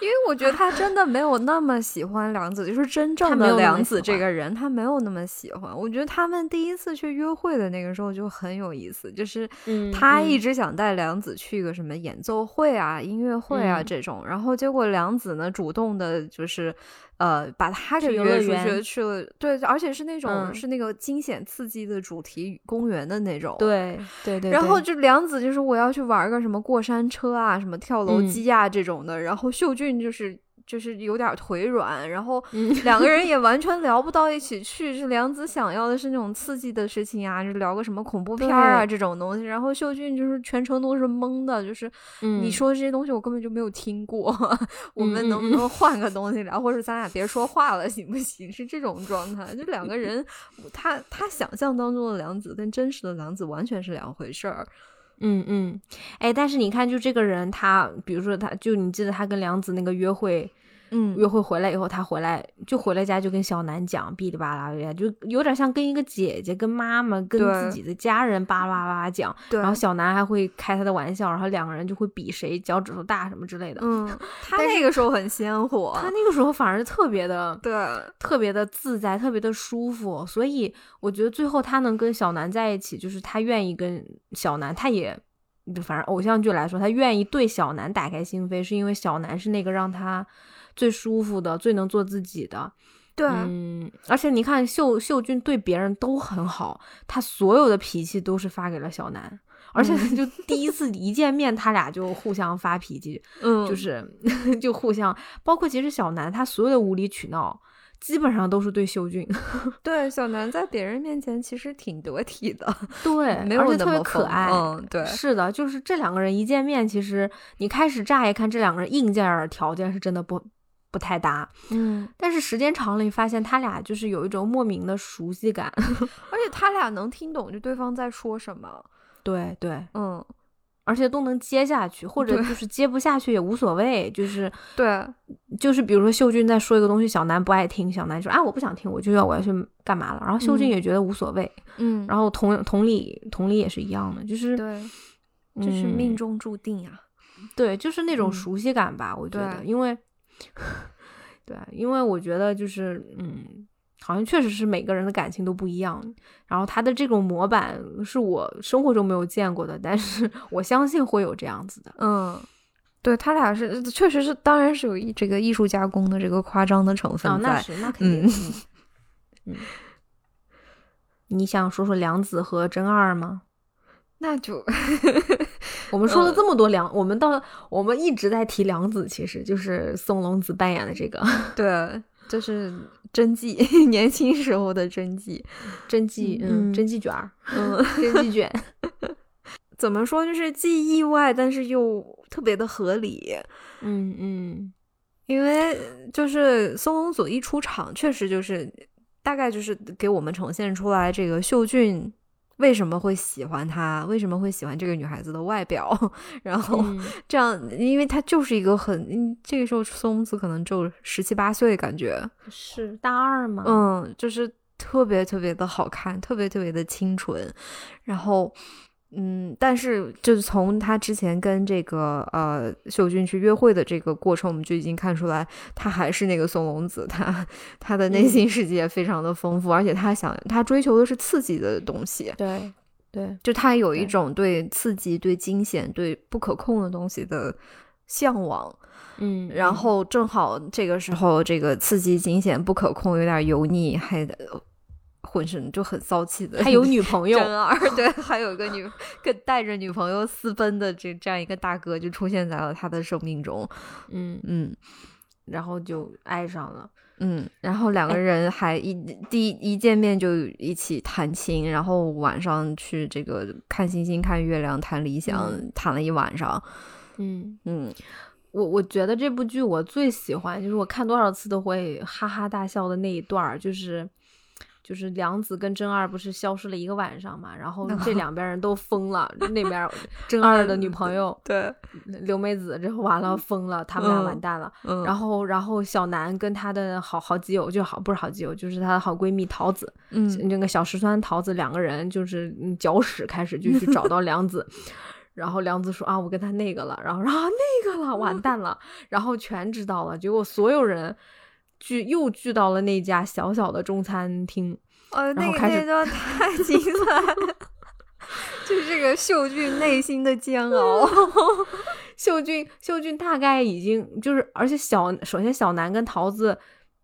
A: 因为我觉得他真的没有那么喜欢梁子，就是真
B: 他
A: 正
B: 没有
A: 的
B: 那么
A: 梁
B: 喜
A: 子这
B: 欢
A: 个人，他没有那么喜欢。我觉得他们第一次去约会的那个时候就很有意思，就是
B: 嗯
A: 他
B: 嗯
A: 一直想带梁子去一个什么演奏会啊、音乐会啊
B: 嗯
A: 这种，然后结果梁子呢主动的，就是呃把他给
B: 去游乐
A: 约出去
B: 园
A: 去了，对，而且是那种、
B: 嗯
A: 是那个惊险刺激的主题公园的那种，。
B: 对对对，
A: 然后
B: 对
A: 就梁子就是我要去玩个什么过山车啊、什么跳楼
B: 嗯
A: 机啊这种的，然后秀俊就是就是有点腿软，然后
B: 嗯
A: 两个 人也完全聊不到一起去。是梁子想要的是那种刺激的事情啊，就聊个什么恐怖片儿啊
B: 对
A: 这种东西，然后秀俊就是全程都是懵的，就是
B: 嗯
A: 你说这些东西我根本就没有听过，我们
B: 嗯
A: 能不
B: 嗯
A: 能换个东西聊，或者咱俩别说话了，行不行？是这种状态，就两个人，他他想象当中的梁子跟真实的梁子完全是两回事儿。
B: 嗯嗯，哎，但是你看，就这个人，他比如说他，就你记得他跟梁子那个约会，
A: 嗯
B: 约会回来以后，他回来就回来家就跟小南讲哔哩吧啦的，就有点像跟一个姐姐、跟妈妈、跟
A: 对
B: 自己的家人巴拉巴拉讲，
A: 对，
B: 然后小南还会开他的玩笑，然后两个人就会比谁脚趾头大什么之类的。
A: 嗯， 他那个时候很鲜活，
B: 他那个时候反而特别的
A: 对，
B: 特别的自在，特别的舒服，所以我觉得最后他能跟小南在一起，就是他愿意跟小南，他也反正偶像剧来说，他愿意对小南打开心扉，是因为小南是那个让他最舒服的、最能做自己的。
A: 对啊
B: 嗯，而且你看秀秀俊对别人都很好，他所有的脾气都是发给了小南。而且
A: 嗯
B: 就第一次一见面，他俩就互相发脾气，
A: 嗯，
B: 就是 就互相，包括其实小南他所有的无理取闹，基本上都是对 秀俊，
A: 对小南在别人面前其实挺得体的，
B: 对
A: 没
B: 而
A: 有那
B: 且特别
A: 么
B: 可
A: 疯
B: 爱。
A: 嗯，对，
B: 是的，就是这两个人一见面，其实你开始乍一看，这两个人硬件儿条件是真的不不太搭，
A: 嗯，
B: 但是时间长了，你发现他俩就是有一种莫名的熟悉感。
A: 而且他俩能听懂就对方在说什么，
B: 对对，
A: 嗯，
B: 而且都能接下去，或者
A: 对
B: 就是接不下去也无所谓，就是
A: 对，
B: 就是比如说秀俊在说一个东西，小南不爱听，小南说啊我不想听，我就要我要去干嘛了，然后秀俊
A: 嗯
B: 也觉得无所谓，
A: 嗯，
B: 然后同同理同理也是一样的，就是
A: 对，这是
B: 嗯
A: 命中注定啊。
B: 对，就是那
A: 嗯
B: 种熟悉感吧，我觉得，
A: 对
B: 因为 对，因为我觉得就是嗯，好像确实是每个人的感情都不一样，然后他的这种模板是我生活中没有见过的，但是 我相信会有这样子的，
A: 嗯，对他俩是，确实是，当然是有一这个艺术加工的这个夸张的成
B: 哦，
A: 分在。
B: 那是那肯
A: 嗯
B: 定的， 嗯嗯，你想说说梁子和真二吗？
A: 那就
B: 我们
A: 呃
B: 说了这么多梁，我们到我们一直在提梁子，其实就是宋龙子扮演的这个
A: 对，就是真迹， 年轻时候的真迹。
B: 真纪，
A: 嗯
B: 嗯，真纪卷儿，
A: 嗯，
B: 真纪卷，
A: 怎么说，就是既意外，但是又特别的合理。
B: 嗯 嗯
A: 因为就是松隆子一出场，确实就是大概就是给我们呈现出来这个秀俊为什么会喜欢他，为什么会喜欢这个女孩子的外表， 然后
B: 嗯
A: 这样，因为他就是一个很，嗯这个时候松隆子可能只有十七八岁，感觉，
B: 是大二嘛，
A: 嗯，就是特别特别的好看，特别特别的清纯，然后。嗯，但是就是从他之前跟这个呃秀俊去约会的这个过程，我们就已经看出来，他还是那个松隆子，他他的内
B: 嗯
A: 心世界非常的丰富，而且他想他追求的是刺激的东西，
B: 对对，
A: 就他有一
B: 对
A: 种对刺激、对惊险、对不可控的东西的向往。
B: 嗯，
A: 然后正好这个时候，这个刺激、惊险、不可控，有点油腻，还浑身就很骚气的，
B: 还有女朋 友，
A: 真二对，还有个女跟带着女朋友私奔的这这样一个大哥就出现在了他的生命中，
B: 嗯，
A: 嗯
B: 然后就爱上了。
A: 嗯，然后
B: 哎
A: 两个人还一第一一见面就一起谈情，然后晚上去这个看星星、看月亮、谈理想，
B: 嗯
A: 谈了一晚上，
B: 嗯，
A: 嗯
B: 我我觉得这部剧我最喜欢，就是我看多少次都会哈哈大笑的那一段儿，就是就是梁子跟真二不是消失了一个晚上嘛，然后这两边人都疯了，那边儿真二的女朋友
A: 嗯对，
B: 刘美子这完了疯了，他们俩完蛋了。
A: 嗯
B: 然后，然后小南跟她的好好基友，就好不是好基友，就是她的好闺蜜桃子，
A: 嗯
B: 那个小石川桃子两个人就是嗯搅屎，开始就去找到梁子， 然后梁子说啊，我跟他那个了，然后啊那个了，完蛋了，然后全知道了，结果所有人聚又聚到了那家小小的中餐厅，
A: 呃，
B: 然
A: 那
B: 后
A: 个
B: 开
A: 那
B: 始
A: 段太 精彩了，就是这个秀俊内心的煎熬。
B: 秀俊，秀俊大概已经就是，而且小首先小南跟桃子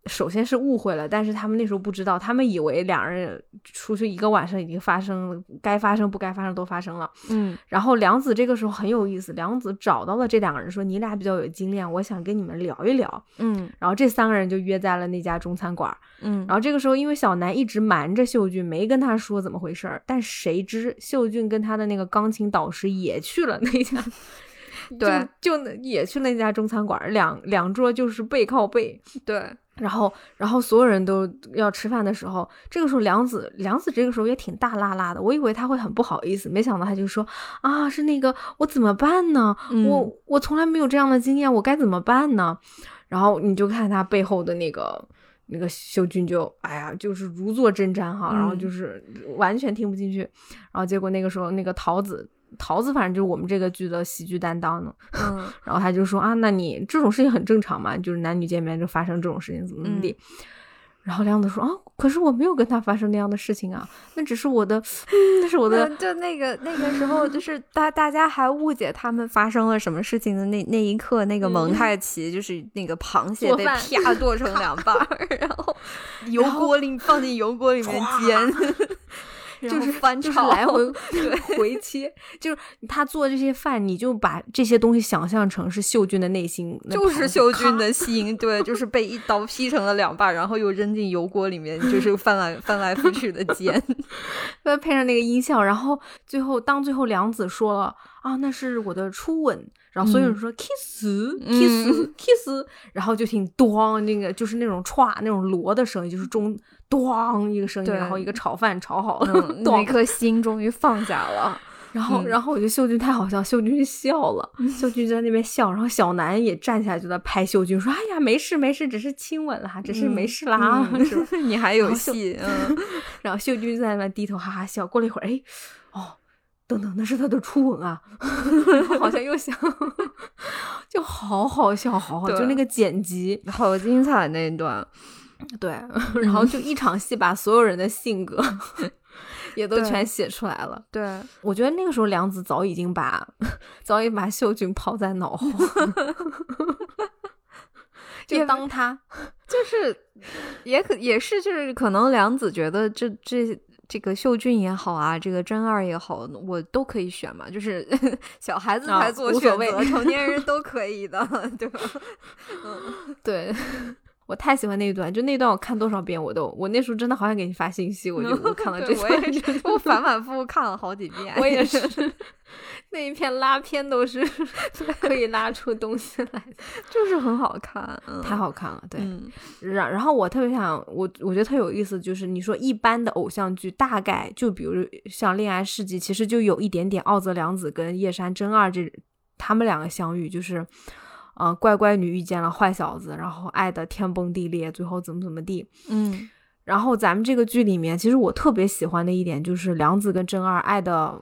B: 首先是误会了，但是他们那时候不知道，他们以为两人出去一个晚上已经发生了，该发生不该发生都发生了。
A: 嗯
B: 然后梁子这个时候很有意思，梁子找到了这两个人，说你俩比较有经验，我想跟你们聊一聊。
A: 嗯
B: 然后这三个人就约在了那家中餐馆。
A: 嗯
B: 然后这个时候，因为小南一直瞒着秀俊，没跟他说怎么回事儿，但谁知秀俊跟他的那个钢琴导师也去了那家，
A: 对
B: 就，就那也去那家中餐馆儿，两两桌就是背靠背，
A: 对，
B: 然后然后所有人都要吃饭的时候，这个时候梁子梁子这个时候也挺大辣辣的，我以为他会很不好意思，没想到他就说啊是那个我怎么办呢？
A: 嗯
B: 我我从来没有这样的经验，我该怎么办呢？然后你就看他背后的那个那个秀俊就哎呀，就是如坐针毡哈，然后
A: 嗯
B: 就是完全听不进去。然后结果那个时候那个桃子桃子反正就是我们这个剧的喜剧担当呢，
A: 嗯
B: 然后他就说啊，那你这种事情很正常嘛，就是男女见面就发生这种事情，怎么怎么地。
A: 嗯
B: 然后亮子说啊，可是我没有跟他发生那样的事情啊，那只是我的，嗯那是我
A: 那
B: 的，
A: 就那个那个时候，就是大大家还误解他们发生了什么事情的那那一刻，那个蒙太奇就是那个螃蟹
B: 嗯做
A: 被
B: 饭
A: 啪剁成两半儿，然 后油锅里放进油锅里面煎，
B: 就
A: 就是是翻
B: 就是
A: 炒
B: 来回 回切，就是他做这些饭，你就把这些东西想象成是秀俊的内心，那
A: 就是
B: 螃蟹
A: 秀
B: 咔
A: 俊的心，对，就是被一刀劈成了两半，然后又扔进油锅里面， 就是翻来翻来覆去的煎。
B: 再配上那个音效，然后最后当最后梁子说了啊，那是我的初吻，然后所有
A: 嗯
B: 人说 kiss、kiss kiss，然后就听咚那个就是那种歘那种锣的声音，就是中咚一个声音，
A: 对
B: 然后一个炒饭炒好了，
A: 嗯，那
B: 咚
A: 一颗心终于放下 了。
B: 然后、
A: 嗯
B: 然后我觉得秀俊太好笑，秀俊笑了，秀俊就在那边笑，然后小南也站起来就在拍秀俊说，哎呀没事没事，只是亲吻啦，只是没事啦，
A: 嗯
B: 啊 是吧？
A: 你还
B: 然
A: 有
B: 后秀
A: 戏，嗯。
B: 然后秀君就在那边低头哈哈笑。过了一会儿，哎，哦，等等，那是他的初吻啊！ 然后好像又想， 就好好笑，好好，
A: 对
B: 就那个剪辑，
A: 好精彩那一段，
B: 对，然后就一场戏把所有人的性 格也都
A: 对
B: 全写出来了。
A: 对，
B: 我觉得那个时候梁子早已经把早已把秀君抛在脑后，
A: 也
B: 就当他
A: 就是也可也是就是可能梁子觉得这这这个秀俊也好啊，这个真二也好，我都可以选嘛，就是 小孩子
B: 啊
A: 才做
B: 无所
A: 选
B: 谓
A: 择，成年人都可以的， 对吧？
B: 对。 我太喜欢那一段，就那段我看多少遍我都，我那时候真的好想给你发信息， 我就我看了这
A: 对
B: 段，
A: 我也是，我反反复复看了好几遍，
B: 我也是， 那一片拉片都是 可以拉出东西来的，
A: 就是很好看，嗯
B: 太好看了。对，
A: 嗯
B: 然然后我特别想，我我觉得特有意思，就是你说一般的偶像剧，大概就比如像《恋爱世纪》，其实就有一点点奥泽良子跟叶山真二这他们两个相遇，就是。呃，乖乖女遇见了坏小子，然后爱的天崩地裂，最后怎么怎么地。
A: 嗯
B: 然后咱们这个剧里面，其实我特别喜欢的一点就是梁子跟真二爱的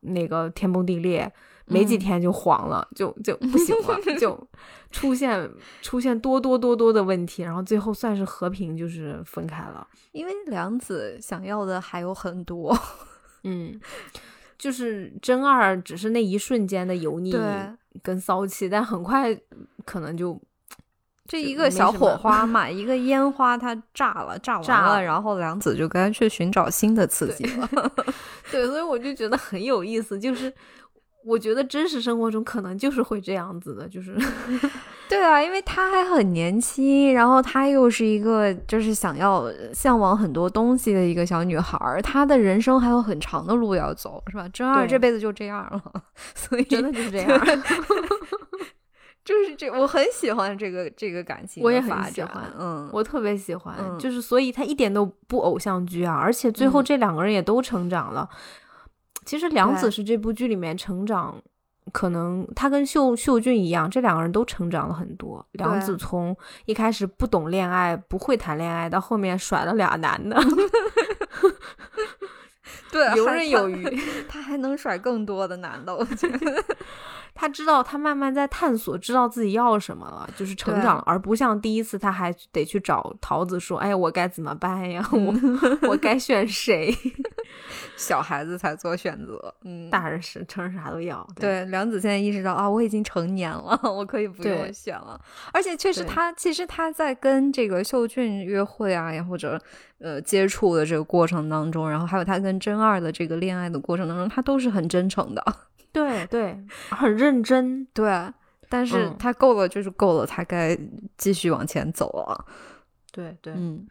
B: 那个天崩地裂，没
A: 嗯
B: 几天就黄了，就就不行了，就 出现出现多多多多的问题，然后最后算是和平，就是分开了。
A: 因为梁子想要的还有很多，
B: 嗯， 就是真二只是那一瞬间的油腻
A: 对
B: 跟骚气，但很快可能就
A: 这
B: 就
A: 一个
B: 没
A: 小
B: 什
A: 火
B: 么
A: 花嘛，一个烟花它炸了，炸完
B: 炸
A: 了，
B: 了
A: 然后梁子就干脆寻找新的刺激了。
B: 对，所以我就觉得很有意思，就是我觉得真实生活中可能就是会这样子的，就是
A: 对啊，因为他还很年轻，然后她又是一个就是想要向往很多东西的一个小女孩儿，她的人生还有很长的路要走，是吧？真二
B: 对
A: 这辈子就这样了， 所以
B: 真的 就是这 样。
A: 就是这，我很喜欢这个这个感情，
B: 我也很喜欢
A: 嗯，
B: 我特别喜欢，
A: 嗯
B: 就是所以他一点都不偶像剧啊，而且最后
A: 嗯
B: 这两个人也都成长了。其实梁
A: 对
B: 子是这部剧里面成长，可能他跟秀秀俊一样，这两个人都成长了很多。梁
A: 对
B: 子从一开始不懂恋爱、不会谈恋爱，到后面甩了俩男的，
A: 对
B: 游
A: 还
B: 刃
A: 她
B: 有余。
A: 她还能甩更多的男的，我 觉得。
B: 他知道他慢慢在探索，知道自己要什么了，就是成
A: 对
B: 长了，而不像第一次他还得去找桃子说：“哎呀，我该怎么办呀？
A: 嗯
B: 我我该选谁？”
A: 小孩子才做选择，嗯，
B: 大人是成人啥都要。
A: 对，梁子现在意识到啊，我已经成年了， 我可以不用
B: 对
A: 选了。而且确实
B: 对
A: 他，其实他在跟这个秀俊约会啊，也或者呃接触的这个过程当中，然后还有他跟真二的这个恋爱的过程当中，他都是很真诚 的。
B: 对对， 很认真。
A: 对，但是
B: 嗯
A: 他够了就是够了，他该继续往前走了。
B: 对对，
A: 嗯，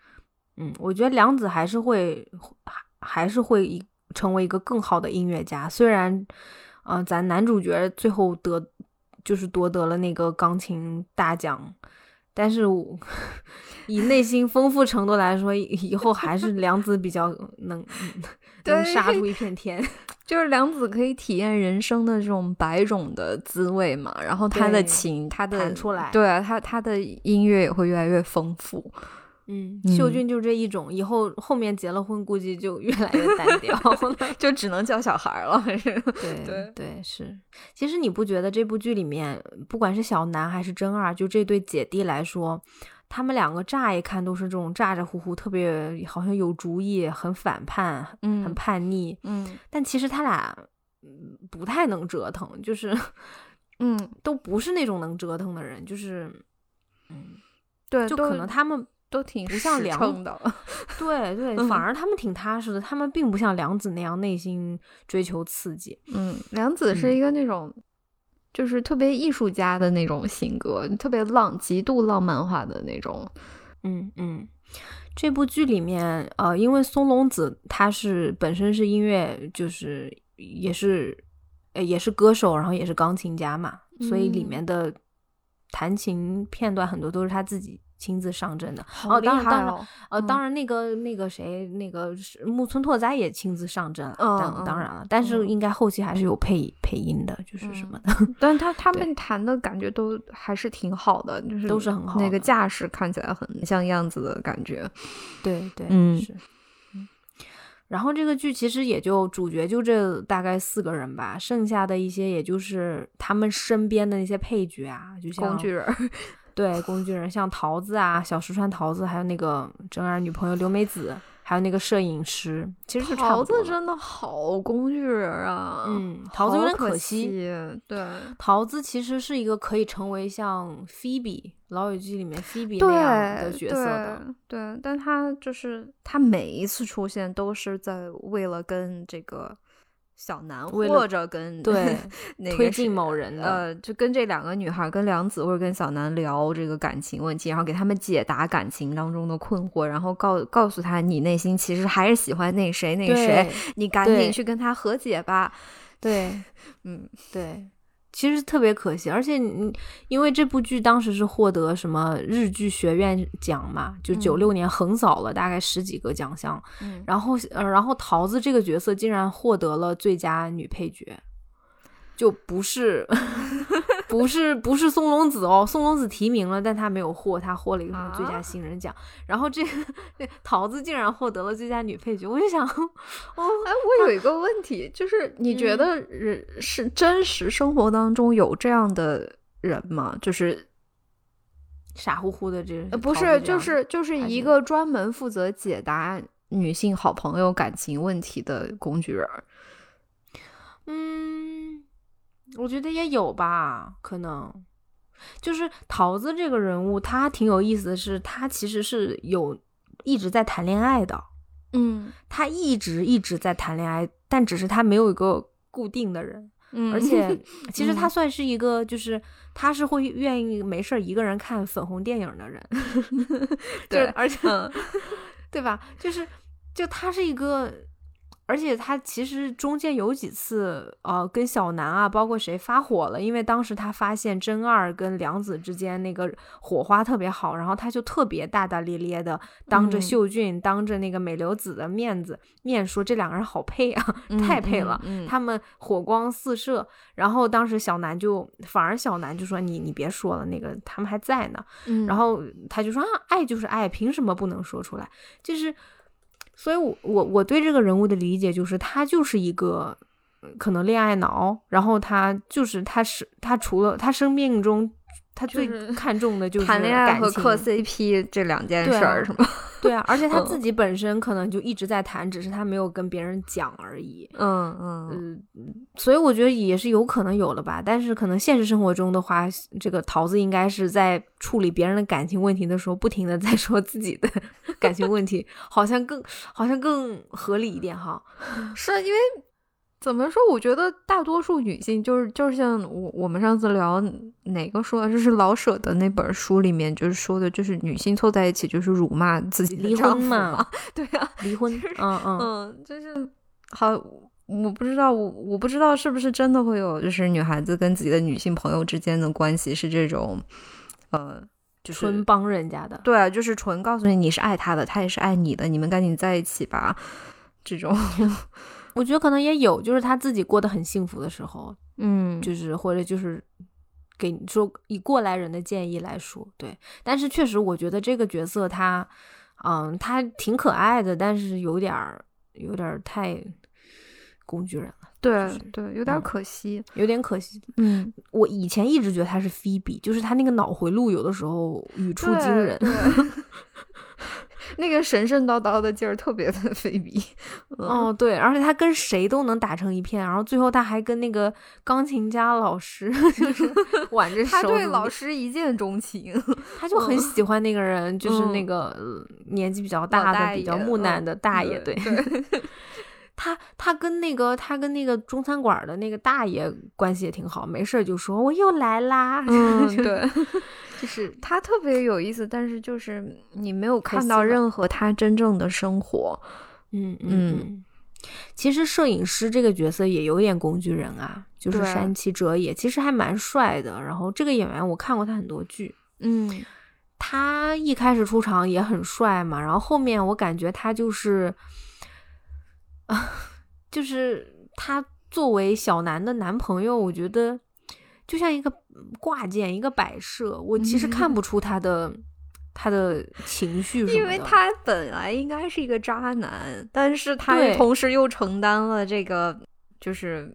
B: 嗯，我觉得梁子还是会还还是会一成为一个更好的音乐家，虽然，嗯、咱男主角最后得就是夺得了那个钢琴大奖，但是我 以内心丰富程度来说，以以后还是梁子比较能 能 杀
A: 对
B: 出一片天。
A: 就是梁子可以体验人生的这种百种的滋味嘛，然后他的
B: 对
A: 琴，他的
B: 弹出来
A: 对啊，他他的音乐也会越来越丰富。
B: 嗯，
A: 嗯
B: 秀俊就这一种，以后后面结了婚，估计就越来越 单调了。
A: 就只能叫小孩儿了。
B: 对
A: 对
B: 是。其实你不觉得这部剧里面，不管是小南还是真二，就这对姐弟来说，他们两个乍一看都是这种咋咋呼呼，特别好像有主意，很反叛，
A: 嗯
B: 很叛逆。
A: 嗯
B: 但其实他俩嗯不太能折腾，就是
A: 嗯，
B: 都不是那种能折腾的人，就是嗯，
A: 对，
B: 就
A: 呃都
B: 可能他们
A: 都挺
B: 不像
A: 实
B: 梁
A: 诚的。
B: 对对，
A: 嗯
B: 反而他们挺踏实的，他们并不像梁子那样内心追求刺激。
A: 嗯，梁子是
B: 嗯
A: 一个那种。就是特别艺术家的那种性格，特别浪，极度浪漫化的那种。
B: 嗯嗯，这部剧里面，呃，因为松隆子他是本身是音乐，就是也是，呃，也是歌手，然后也是钢琴家嘛，所以里
A: 嗯
B: 面的弹琴片段很多都是他自己亲自上阵的。
A: 好厉
B: 当然当
A: 害
B: 然
A: 哦！
B: 呃，
A: 嗯
B: 当然那个那个谁，那个是木村拓哉也亲自上阵了，
A: 嗯
B: 当当
A: 嗯
B: 然了，但是
A: 嗯
B: 应该后期还是有配配音的，就是什么的。
A: 但他他
B: 对
A: 们弹的感觉都还是挺好的，就是
B: 都是很好
A: 那个
B: 的
A: 架势看起来很像样子的感觉。
B: 对 对，
A: 嗯
B: 是。然后这个剧其实也就主角就这大概四个人吧，剩下的一些也就是他们身边的那些配角啊，就像
A: 工具人儿，
B: 对工具人，像桃子啊、小石川桃子，还有那个真爱女朋友刘美子，还有那个摄影师，其实就 差
A: 桃
B: 不多
A: 子
B: 了。
A: 真的好工具人儿啊！
B: 嗯桃子有
A: 好
B: 点
A: 可
B: 可惜
A: 对，
B: 桃子其实是一个可以成为像菲比《老友记》里面菲比
A: 对
B: 那样的角色的，
A: 对对，但他就是他每一次出现都是在为了跟这个小南
B: 为了
A: 或者跟
B: 对
A: 那个
B: 推
A: 谁
B: 进某人的。
A: 呃，就跟这两个女孩，跟梁子或者跟小南聊这个感情问题，然后给他们解答感情当中的困惑，然后告告诉他你内心其实还是喜欢那个谁那个谁，
B: 对
A: 你赶
B: 对
A: 紧去跟他和解吧。
B: 对，
A: 嗯，
B: 对，其实特别可惜，而且你因为这部剧当时是获得什么日剧学院奖嘛，就
A: 嗯
B: 九六年横扫了大概十几个奖项，
A: 嗯
B: 然后呃，然后桃子这个角色竟然获得了最佳女配角。就 不是，不是，不是松隆子哦，松隆子提名了，但她没有获，她获了一个什么最佳
A: 啊
B: 新人奖。然后这个桃子竟然获得了最佳女配角，我就想， 哦，
A: 哎，我有一个问题，就是你觉
B: 嗯
A: 得人是真实生活当中有这样的人吗？就是
B: 傻乎乎的这
A: 呃，不
B: 桃
A: 是，
B: 子这
A: 就
B: 样
A: 是就是
B: 还
A: 一
B: 是
A: 个专门负责解答女性好朋友感情问题的工具人儿。
B: 嗯，我觉得也有吧，可能。就是桃子这个人物，她挺有意思的是，她其实是有一直在谈恋爱的，
A: 嗯
B: 她一直一直在谈恋爱，但只是她没有一个固定的人，
A: 嗯
B: 而且其实她
A: 嗯
B: 算是一个，就是她是会愿意没事儿一个人看粉红电影的人，
A: 对，
B: 而且
A: 嗯
B: 对吧？就是就他是一个，而且他其实中间有几次呃跟小南啊，包括谁发火了，因为当时他发现真二跟良子之间那个火花特别好，然后他就特别大大咧咧的当着
A: 嗯
B: 秀俊、当着那个美流子的面子面说这两个人好配啊，
A: 嗯
B: 太配了。
A: 嗯嗯
B: 他们火光四射，然后当时小南就反而小南就说你你别说了，那个他们还在呢。
A: 嗯
B: 然后他就说啊，爱就是爱，凭什么不能说出来？就是，所以我我我对这个人物的理解就是，他就是一个呃可能恋爱脑，然后他就是他是他除了他生命中他
A: 就
B: 最
A: 是
B: 看重的就是
A: 谈恋爱和
B: 感情
A: 磕 CP 这两件
B: 对
A: 事
B: 啊
A: 儿是吗？
B: 对啊，而且他
A: 嗯
B: 自己本身可能就一直在谈，只是他没有跟别人讲而已。
A: 嗯嗯
B: 嗯，所以我觉得也是有可能有了吧，但是可能现实生活中的话，这个桃子应该是在处理别人的感情问题的时候，不停的在说自己 的感情问题，好像更好像更合理一点哈。
A: 是因为怎么说？我觉得大多数女性就是就是像我我们上次聊哪个说的，就是老舍的那本书里面就是说的，就是女性凑在一起就是辱骂自己的
B: 离婚
A: 丈夫
B: 嘛
A: 嘛，对啊，
B: 离婚，嗯嗯，
A: 嗯，就是好，我不知道，我我不知道是不是真的会有，就是女孩子跟自己的女性朋友之间的关系是这种，呃，就是
B: 纯帮人家的，
A: 对啊，就是纯告诉你你是爱她的，她也是爱你的，你们赶紧在一起吧，这种，
B: 我觉得可能也有，就是他自己过得很幸福的时候，
A: 嗯
B: 就是或者就是给你说以过来人的建议来说，对。但是确实，我觉得这个角色他，嗯，他挺可爱的，但是有点儿有点儿太工具人了，
A: 对
B: 就是
A: 对，有点
B: 嗯
A: 可惜，
B: 有点可惜。
A: 嗯，
B: 我以前一直觉得他是菲比，就是他那个脑回路有的时候语出惊人。
A: 那个神神叨叨的劲儿特别的 费比，
B: 哦，对，而且他跟谁都能打成一片，然后最后他还跟那个钢琴家老师 就是挽着手，
A: 他对老师一见钟 情，
B: 他就很喜欢那个人，就是那
A: 嗯
B: 个、呃年纪比较
A: 老
B: 大
A: 大
B: 的、比较
A: 爷
B: 木
A: 嗯
B: 讷的大爷。对，
A: 对，
B: 他他跟那个他跟那个中餐馆的那个大爷关系也挺好，没事儿就说我又来啦。
A: 嗯
B: 就是
A: 对。
B: 就是
A: 他特别有意思，但是就是你没有看
B: 惜
A: 到
B: 了
A: 任何他真正的生活。
B: 嗯
A: 嗯
B: 嗯嗯。其实摄影师这个角色也有点工具人啊，就是
A: 对
B: 山崎哲也，其实还蛮帅的。然后这个演员我看过他很多剧，
A: 嗯
B: 他一开始出场也很帅嘛，然后后面我感觉他就是，啊，就是他作为小南的男朋友，我觉得就像一个挂件，一个摆设，我其实看不出他的、他的情绪什么的，
A: 嗯因为他本来应该是一个渣男，但是他
B: 对
A: 同时又承担了这个就是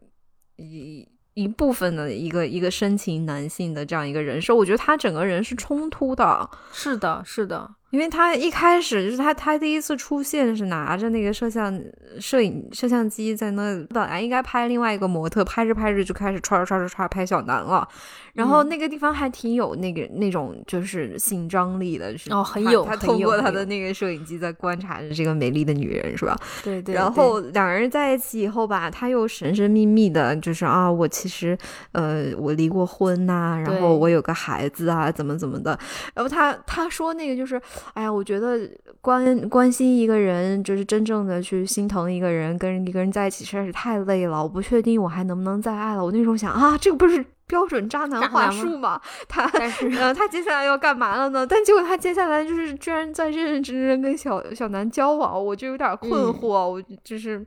A: 一一部分的一个一个深情男性的这样一个人设。我觉得他整个人是冲突的，
B: 是的，是的，
A: 因为他一开始就是他他第一次出现是拿着那个摄像摄影摄像机在那本来应该拍另外一个模特，拍着拍着就开始刷刷刷刷拍小南了，然后
B: 嗯
A: 那个地方还挺有那个那种就是性张力的，是
B: 哦很
A: 他
B: 有
A: 他
B: 很
A: 通
B: 有
A: 过
B: 很
A: 他的
B: 有
A: 那个摄影机在观察着这个美丽的女人是吧？
B: 对对。
A: 然
B: 对
A: 后两人在一起以后吧，他又神神秘秘的，就是啊，我其实呃，我离过婚呐、然后
B: 对
A: 我有个孩子啊，怎么怎么的。然后他他说那个就是，哎呀，我觉得关关心一个人，就是真正的去心疼一个人，跟一个人在一起实在是太累了，我不确定我还能不能再爱了。我那时候想啊，这个不是标准渣男
B: 渣
A: 话
B: 男吗
A: 术吗？他
B: 但是
A: 然后呃他接下来要干嘛了呢？但结果他接下来就是居然在认认真真跟小小南交往，我就有点困
B: 嗯
A: 惑。我就是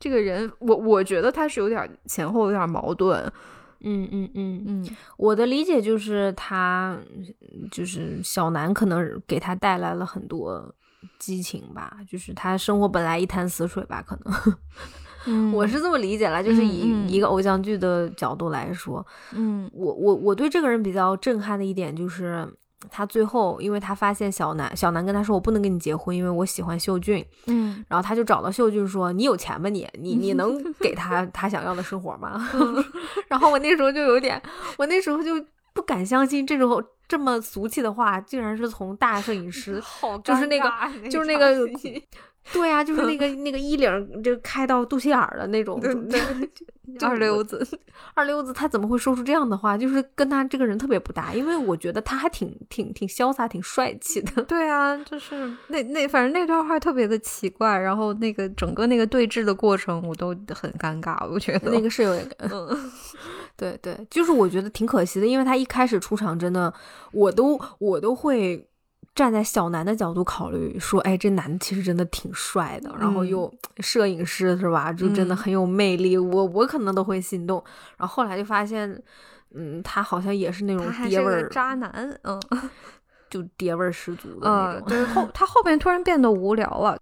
A: 这个人，我我觉得他是有点前后有点矛盾。
B: 嗯嗯嗯
A: 嗯
B: 我的理解就是他，嗯就是小南可能给他带来了很多激情吧，就是他生活本来一潭死水吧，可能、
A: 嗯
B: 我是这么理解了，就是以
A: 嗯嗯
B: 一个偶像剧的角度来说，
A: 嗯
B: 我我我对这个人比较震撼的一点就是。他最后，因为他发现小南，小南跟他说：“我不能跟你结婚，因为我喜欢秀俊。
A: 嗯”
B: 然后他就找到秀俊说：“你有钱吧你？你 你
A: 嗯
B: 能给他他想要的生活吗？”然后我那时候就有点，我那时候就不敢相信这种这么俗气的话，竟然是从大摄影师
C: 好尴尬，
B: 就是那个就是那个
C: 场戏
B: 对呀、就是那个那个衣领儿就开到肚脐眼儿的那种，
A: 对
B: 就
A: 对
B: 就
A: 二溜 子，
B: 二溜子，他怎么会说出这样的话？就是跟他这个人特别不搭，因为我觉得他还挺挺挺潇洒、挺帅气的。
A: 对啊，就是那那反正那段话特别的奇怪，然后那个整个那个对峙的过程我都很尴尬，我觉得
B: 那个是有一个， 对对，就是我觉得挺可惜的，因为他一开始出场真的，我都我都会站在小南的角度考虑，说，哎，这男的其实真的挺帅的，然后
A: 嗯
B: 又摄影师是吧，就真的
A: 嗯
B: 很有魅力，我我可能都会心动，然后后来就发现。嗯，他好像也是那种
A: 他还
B: 爹
A: 是
B: 味
A: 个
B: 儿，
A: 渣男，嗯
B: 就爹味儿十足的那
A: 嗯，
B: 种。
A: 对后他后面突然变得无聊了，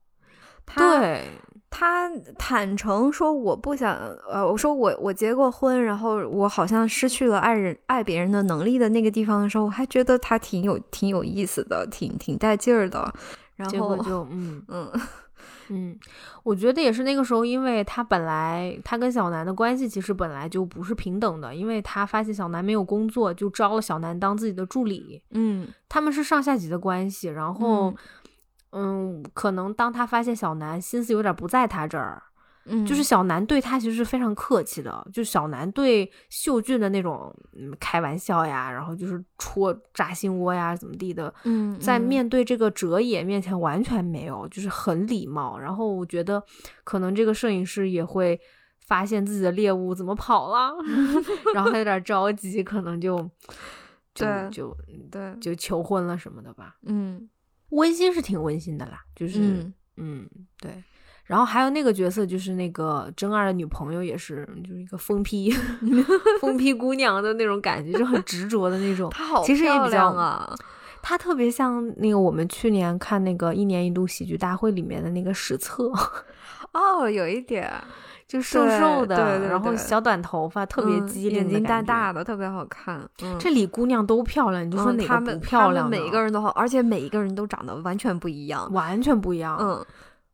A: 他
B: 对，
A: 他坦诚说我不想，呃，我说我我结过婚，然后我好像失去了爱人爱别人的能力的那个地方的时候，我还觉得他挺有挺有意思的，挺挺带劲儿的。然
B: 结
A: 后
B: 果就嗯
A: 嗯，
B: 嗯，我觉得也是那个时候，因为他本来他跟小南的关系其实本来就不是平等的，因为他发现小南没有工作，就招了小南当自己的助理，
A: 嗯
B: 他们是上下级的关系。然后，嗯可能当他发现小南心思有点不在他这儿，
A: 嗯，
B: 就是小南对他其实是非常客气的，就小南对秀俊的那种嗯开玩笑呀，然后就是戳扎心窝呀怎么地的，
A: 嗯
B: 在
A: 嗯
B: 面对这个哲野面前完全没有，就是很礼貌。然后我觉得，可能这个摄影师也会发现自己的猎物怎么跑 了，然后他有点着急，可能就就
A: 嗯对
B: 就
A: 对，
B: 就求婚了什么的吧。
A: 嗯
B: 温馨是挺温馨的啦，就是
A: 嗯
B: 嗯对。然后还有那个角色，就是那个真二的女朋友，也是就是一个疯 批疯批姑娘的那种感觉，就很执着的那种。
A: 她好
B: 哦其实也
A: 漂
B: 比较
A: 亮啊，
B: 他特别像那个我们去年看那个一年一度喜剧大会里面的那个史策，
A: 哦，有一点
B: 就瘦瘦的，
A: 对对对
B: 然后小短头发，特别
A: 嗯
B: 机灵、
A: 眼睛大大。的，特别好看。嗯，
B: 这里姑娘都漂亮，你就说
A: 嗯
B: 哪
A: 她
B: 个不
A: 们
B: 漂
A: 她
B: 亮呢？
A: 们每一个人都好，而且每一个人都长得完全不一样。
B: 完全不一样。，
A: 嗯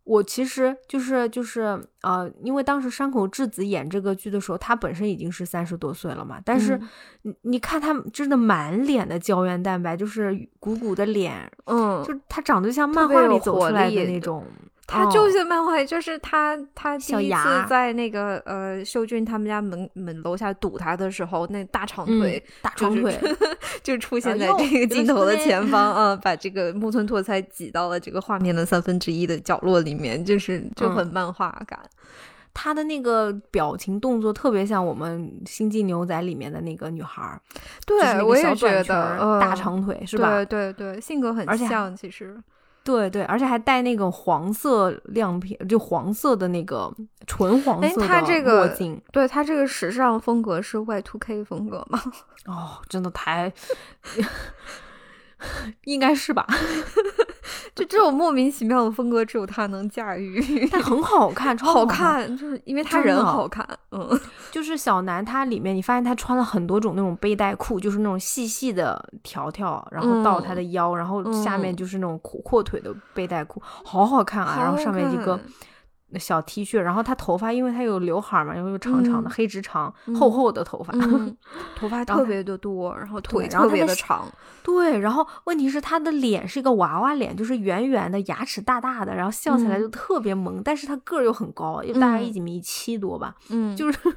B: 我其实就是就是呃，因为当时山口智子演这个剧的时候，她本身已经是三十多岁了嘛，但是
A: 嗯
B: 你你看她真的满脸的胶原蛋白，就是鼓鼓的脸，
A: 嗯，
B: 就是她长得就像
A: 特
B: 漫
A: 别
B: 画
A: 有
B: 里走
A: 活
B: 出来
A: 力
B: 的那种。
A: 他
B: 哦
A: 就是漫画，就是他，他第
B: 小
A: 一次
B: 牙
A: 在那个呃秀俊他们家门门楼下堵他的时候，那大长
B: 嗯
A: 腿、
B: 大
A: 就
B: 长
A: 是
B: 腿，
A: 就出现在
B: 然后
A: 这个
B: 哟
A: 镜头的前方啊，把这个木村拓哉挤到了这个画面的三分之一的角落里面，就是就
B: 嗯
A: 很漫画感。
B: 她的那个表情动作特别像我们《星际牛仔》里面的那个女孩儿，就是那
A: 对，
B: 个
A: 我也
B: 小
A: 觉
B: 短
A: 得
B: 裙儿
A: 嗯
B: 大长腿是
A: 对
B: 吧？
A: 对对，性格很
B: 而且还
A: 像，其实
B: 对对，而且还戴那种黄色亮片，就黄色的那个纯黄
A: 哎
B: 色的
A: 她这个
B: 墨镜。
A: 对他这个时尚风格是 Y two K 风格嘛？
B: 哦，真的太， 应该是吧？
A: 就这种莫名其妙的风格，只有他能驾 驭。
B: 但很 好看，超
A: 好
B: 看。
A: 看，就是因为他
B: 真
A: 人
B: 的啊
A: 好看，嗯，
B: 就是小南他里面，你发现他穿了很多种那种背带裤，就是那种细细的条条，然后到他的腰，然后下面
A: 嗯
B: 就是那种阔阔腿的背带裤，好好看啊。然后
A: 好
B: 上面一个
A: 看
B: 小 T 恤，然后他头发，因为他有刘海嘛，然后又长长的、
A: 嗯
B: 黑直长、
A: 嗯
B: 厚厚的头发。
A: 嗯，头发
B: 然后
A: 特别的多，然后腿
B: 对然后
A: 特别
B: 他的
A: 的
B: 手
A: 长，
B: 对，然后问题是他的脸是一个娃娃脸，就是圆圆的，牙齿大大的，然后笑起来
A: 嗯
B: 就特别萌，但是他个儿又很高，又大概
A: 嗯
B: 一米七多吧，
A: 嗯就
B: 就是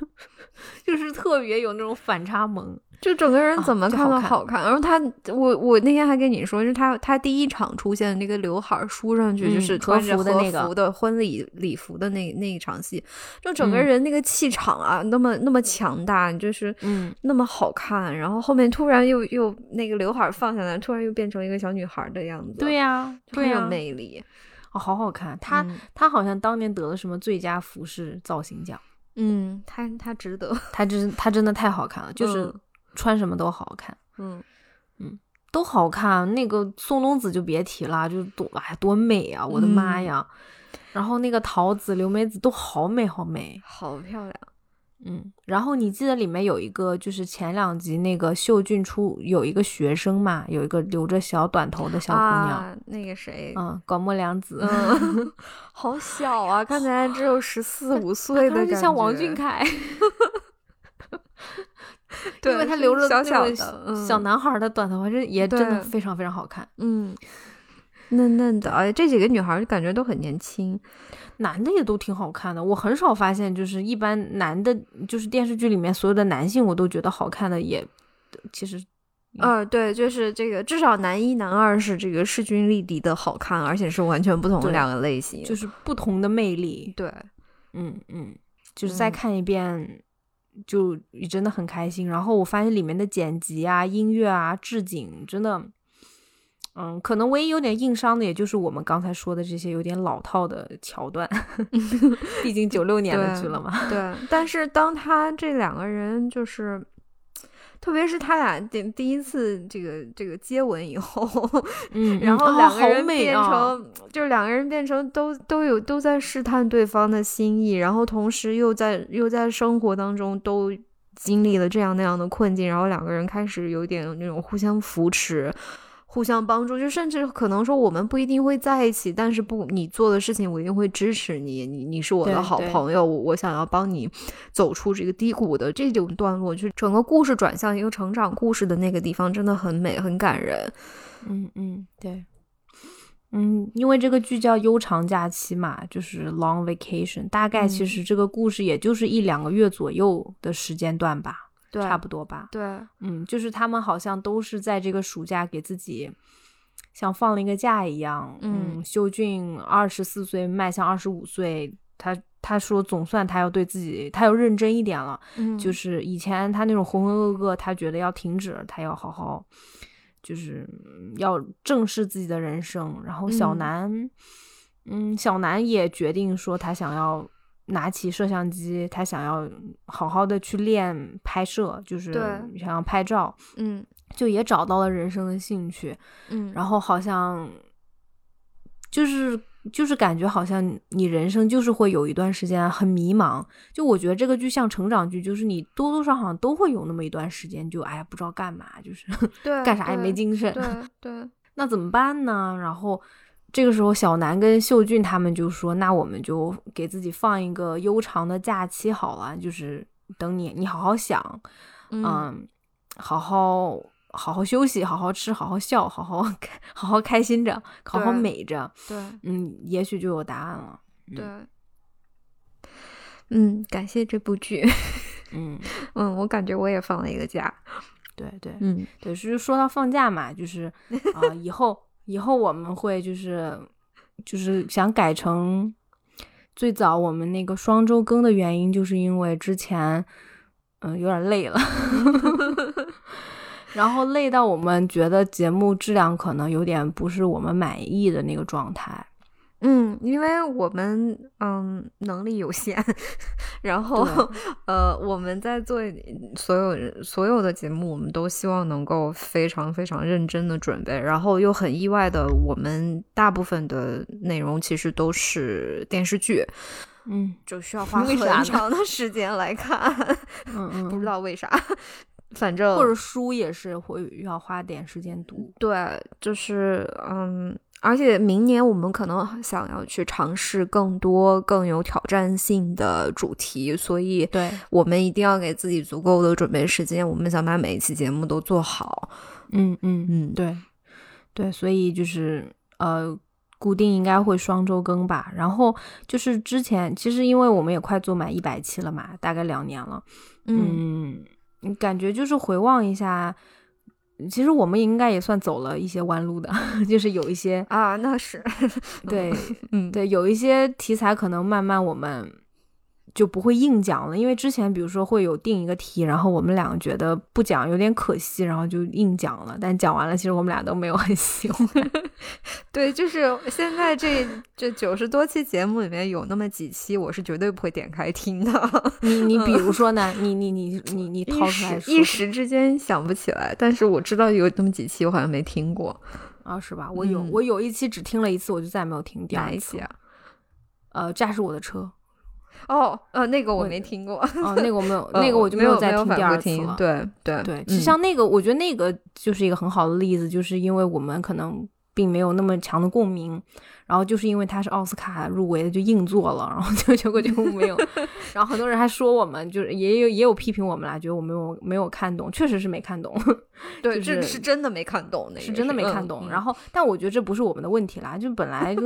B: 就是特别有那种反差萌。
A: 就整个人
B: 啊
A: 怎么
B: 就
A: 看
B: 好
A: 都
B: 看
A: 好看。然后他，我我那天还跟你说，就是他他第一场出现的那个刘海儿梳上去，就
B: 嗯
A: 是
B: 和
A: 穿着
B: 服的
A: 和
B: 那个
A: 服的婚礼礼服的那那一场戏，就整个
B: 嗯
A: 人那个气场啊，那么那么强大，就是
B: 嗯
A: 那么好看。然后后面突然又又那个刘海儿放下来，突然又变成一个小女孩儿的样子，
B: 对呀、
A: 就
B: 对
A: 很
B: 呀、
A: 有魅力。
B: 哦，好好看。他、
A: 嗯
B: 他好像当年得了什么最佳服饰造型奖，
A: 嗯，他他值得，
B: 他真他真的太好看了，就是
A: 嗯
B: 穿什么都好看。
A: 嗯，
B: 都好看，那个松隆子就别提了，就多哎多美啊！我的妈
A: 嗯
B: 呀！然后那个桃子、刘美子都好美好美，
A: 好漂亮。
B: 嗯。然后你记得里面有一个，就是前两集那个秀俊出有一个学生嘛，有一个留着小短头的小姑娘，
A: 啊、那个谁，
B: 嗯，广末凉子，
A: 嗯， 好小啊，看起 来只有十四五岁
B: 她
A: 的感
B: 就
A: 觉，
B: 像王俊凯，
A: 对，
B: 因为他
A: 就
B: 留
A: 是
B: 了
A: 小
B: 那
A: 小
B: 个
A: 的、嗯、
B: 小男孩儿的短头发，这也真的
A: 对
B: 非常非常好看。
A: 嗯，嫩嫩的，而且这几个女孩儿感觉都很年轻。
B: 男的也都挺好看的，我很少发现，就是一般男的，就是电视剧里面所有的男性，我都觉得好看的也，其实嗯
A: 呃，对，就是这个，至少男一、男二是这个势均力敌的好看，而且是完全不同的
B: 对
A: 两个类型。
B: 就是不同的魅力。
A: 对，
B: 嗯嗯，就是再
A: 嗯
B: 看一遍，就真的很开心。然后我发现里面的剪辑啊、音乐啊、置景，真的，嗯，可能唯一有点硬伤的，也就是我们刚才说的这些有点老套的桥 段，毕竟九六年的
A: 对
B: 剧了嘛。
A: 对，但是当他这两个人就是，特别是他俩第第一次这个这个接吻以后，
B: 嗯
A: 然后
B: 哦
A: 两个
B: 好
A: 人
B: 美
A: 变
B: 啊
A: 成，就是两个人变成都都有都在试探对方的心意，然后同时又在又在生活当中都。经历了这样那样的困境，然后两个人开始有点那种互相扶持、互相帮助，就甚至可能说我们不一定会在一起，但是不，你做的事情我一定会支持你，你你是我的
B: 对
A: 好
B: 对
A: 朋友，我我想要帮你走出这个低谷的这种段落，就是整个故事转向一个成长故事的那个地方，真的很美，很感人。
B: 嗯嗯，对。嗯，因为这个剧叫《悠长假期》嘛，就是 Long Vacation，大概其
A: 嗯
B: 实这个故事也就是一两个月左右的时间段吧，
A: 对
B: 差不多吧。
A: 对，
B: 嗯，就是他们好像都是在这个暑假给自己像放了一个假一样。
A: 嗯
B: 嗯，修俊二十四岁迈向二十五岁，他他说总算他要对自己，他要认真一点了。
A: 嗯
B: 就是以前他那种浑浑噩噩，他觉得要停止，他要好好，就是嗯要正视自己的人生。然后小
A: 嗯
B: 南，嗯小南也决定说他想要拿起摄像机，他想要好好的去练拍摄，就是
A: 对
B: 想要拍照，
A: 嗯
B: 就也找到了人生的兴趣。
A: 嗯，
B: 然后好像就是就是感觉好像你人生就是会有一段时间很迷茫。就我觉得这个剧像成长剧，就是你多多少少都会有那么一段时间，就哎呀不知道干嘛，就是
A: 对
B: 干啥也没精神
A: 对。 对
B: 那怎么办呢？然后这个时候，小南跟秀俊他们就说：“那我们就给自己放一个悠长的假期好了，就是等你你好好想，
A: 嗯
B: 嗯，好好好好休息，好好吃，好好笑，好好好好开心着，好好
A: 对
B: 美着，
A: 对
B: 嗯，也许就有答案了。
A: 对，嗯，感谢这部剧，
B: 嗯，
A: 嗯，我感觉我也放了一个假，
B: 对对
A: 嗯
B: 对，是说到放假嘛，就是啊、以后以后我们会就是就是想改成最早我们那个双周更的原因，就是因为之前嗯、有点累了，然后累到我们觉得节目质量可能有点不是我们满意的那个状态。
A: 嗯，因为我们嗯能力有限， 然后 呃我们在做所有人所有的节目，我们都希望能够非常非常认真的准备，然后又很意外的，我们大部分的内容其实都是电视剧，
B: 嗯
A: 就 需要花
B: 为
A: 很
B: 啥呢
A: 长的时间来看，
B: 嗯嗯，
A: 不知道为啥， 反正
B: 或者书也是会要花点时间读。
A: 对，就是嗯，而且明年我们可能想要去尝试更多更有挑战性的主题，所以
B: 对，
A: 我们一定要给自己足够的准备时间。我们想把每一期节目都做好。
B: 嗯嗯，
A: 嗯，
B: 对对，所以就是呃，固定应该会双周更吧。然后就是之前，其实因为我们也快做满一百期了嘛，大概两年了。
A: 嗯
B: 嗯，感觉就是回望一下。其实我们应该也算走了一些弯路的， 就是有一些
A: 啊，那是
B: 对
A: 嗯
B: 对，有一些题材可能慢慢我们就不会硬讲了，因为之前比如说会有定一个题，然后我们俩觉得不讲有点可惜，然后就硬讲了。但讲完了，其实我们俩都没有很喜欢。
A: 对，就是现在这这九十多期节目里面有那么几期，我是绝对不会点开听的，
B: 你你比如说呢？你你你你你掏
A: 嗯一
B: 出
A: 时
B: 来说
A: 一时之间想不起来，但是我知道有那么几期我好像没听过，
B: 啊，是吧？我有、
A: 嗯
B: 我有一期只听了一次，我就再也没有听第
A: 哪
B: 二
A: 一
B: 次
A: 期
B: 了。
A: 啊？
B: 呃，驾驶我的 车。
A: 哦，呃，那个我
B: 我
A: 没听过，
B: 哦、那个我没有，
A: 呃
B: 那个我就
A: 没
B: 再
A: 没有
B: 听
A: 反
B: 第
A: 复
B: 二次
A: 听
B: 了。
A: 对对嗯
B: 对，其实像那个，我觉得那个就是一个很好的例子，就是因为我们可能并没有那么强的共鸣。然后就是因为他是奥斯卡入围的，就硬做了，然后就结果就没 有。然后很多人还说我们，就是也有也有批评我们啦，觉得我们没有没有看懂，确实是没看懂。
A: 对，
B: 就是
A: 这嗯是真的没看懂，那个嗯
B: 是真的没看懂。然
A: 后
B: 后，但我觉得这不是我们的问题啦，就本来就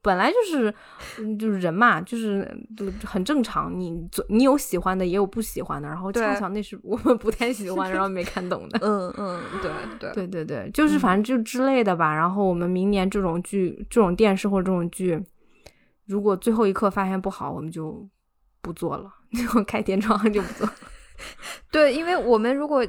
B: 本来就是嗯就是人嘛，就是就很正常。你总你有喜欢的，也有不喜欢的，然后
A: 对
B: 恰巧那是我们不太喜欢，然后没看懂 的。
A: 嗯嗯， 对对
B: 对对对，就是反正就之类的吧。然后我们明年这种剧、这种电视或者这种剧，如果最后一刻发现不好，我们就不做了， 就开天窗就不做了。
A: 对，因为我们如果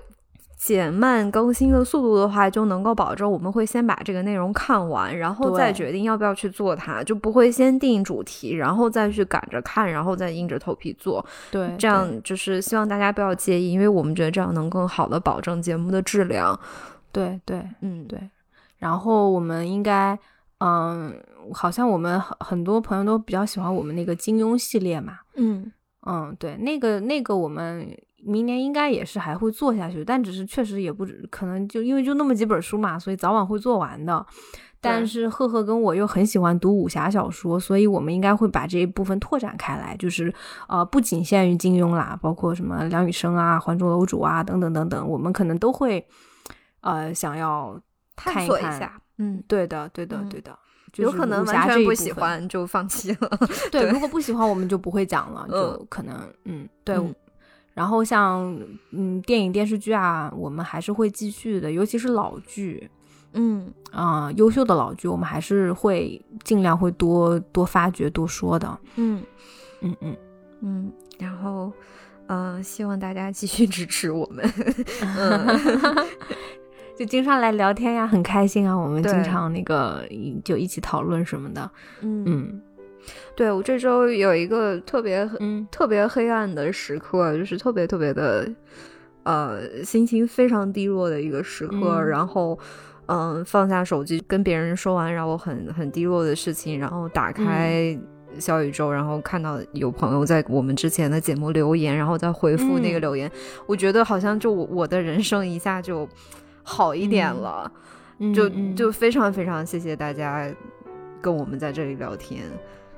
A: 减慢更新的速度的话，就能够保证我们会先把这个内容看完，然后再
B: 对
A: 决定要不要去做它，就不会先定主题，然后再去赶着看，然后再硬着头皮做。
B: 对，
A: 这样就是希望大家不要介意，因为我们觉得这样能更好的保证节目的质量。
B: 对对。
A: 嗯，
B: 对然后我们应该，嗯，好像我们很很多朋友都比较喜欢我们那个金庸系列嘛，
A: 嗯，
B: 嗯，对，那个那个我们明年应该也是还会做下去，但只是确实也不止可能就因为就那么几本书嘛，所以早晚会做完的。但
A: 对
B: 是赫赫跟我又很喜欢读武侠小说，所以我们应该会把这一部分拓展开来，就是呃不仅限于金庸啦，包括什么梁羽生啊、还珠楼主啊等等等等，我们可能都会呃想要看
A: 探
B: 一
A: 索一
B: 看
A: 下。嗯，
B: 对的，对的，
A: 嗯
B: 对的，
A: 有
B: 就是
A: 可能
B: 武侠
A: 完
B: 这
A: 全
B: 一
A: 不
B: 部
A: 喜
B: 分。
A: 欢就放弃了。
B: 对，
A: 对
B: 如果不喜欢，我们就不会讲了，就可能，嗯，对。
A: 嗯
B: 然后像嗯电影电视剧啊，我们还是会继续的，尤其是老剧
A: 嗯，
B: 啊、优秀的老剧，我们还是会尽量会多多发掘、多说的。
A: 嗯
B: 嗯嗯，
A: 嗯，然后。嗯、希望大家继续支持我们。嗯，
B: 就经常来聊天呀，很开心啊。我们
A: 对
B: 经常那个一就一起讨论什么的。
A: 嗯，
B: 嗯
A: 对我这周有一个特别
B: 嗯，
A: 特别黑暗的时刻，就是特别特别的，呃，心情非常低落的一个时刻。
B: 嗯
A: 然后，嗯、放下手机跟别人说完让我很很低落的事情，然后
B: 嗯
A: 打开小宇宙，然后看到有朋友在我们之前的节目留言，然后再回复那个
B: 嗯
A: 留言，我觉得好像就我我的人生一下就好一点了，
B: 嗯
A: 就
B: 嗯
A: 就非常非常谢谢大家跟我们在这里聊天。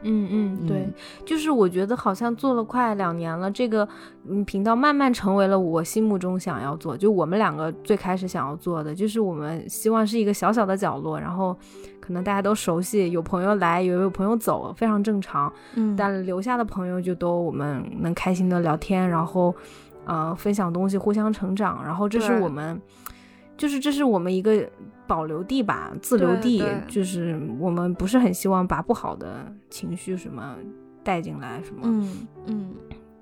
B: 嗯嗯，对
A: 嗯，
B: 就是我觉得好像做了快两年了，这个嗯频道慢慢成为了我心目中想要做，就我们两个最开始想要做的，就是我们希望是一个小小的角落，然后可能大家都熟悉，有朋友来，也有朋友走，非常正常。
A: 嗯
B: 但留下的朋友就都我们能开心的聊天，然后呃分享东西，互相成长，然后这是
A: 对
B: 我们就是这是我们一个保留地吧，自留
A: 对
B: 地
A: 对，
B: 就是我们不是很希望把不好的情绪什么带进来什么，
A: 嗯嗯，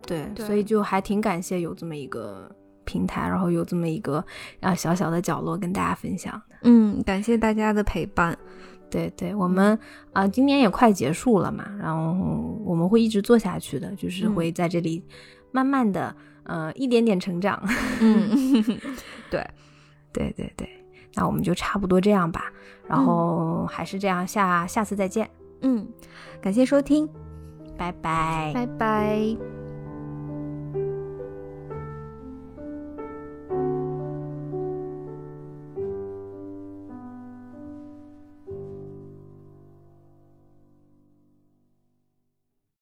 B: 对，
A: 对
B: 所以就还挺感谢有这么一个。平台，然后有这么一个啊小小的角落跟大家分享。
A: 嗯，感谢大家的陪伴。
B: 对对，我们啊、呃今年也快结束了嘛，然后我们会一直做下去的，就是
A: 嗯
B: 会在这里慢慢的，呃，一点点成长。
A: 嗯，
B: 对对对，那我们就差不多这样吧，然后还是这样，下下次再见，
A: 嗯，感谢收听，
B: 拜拜。
A: 拜拜。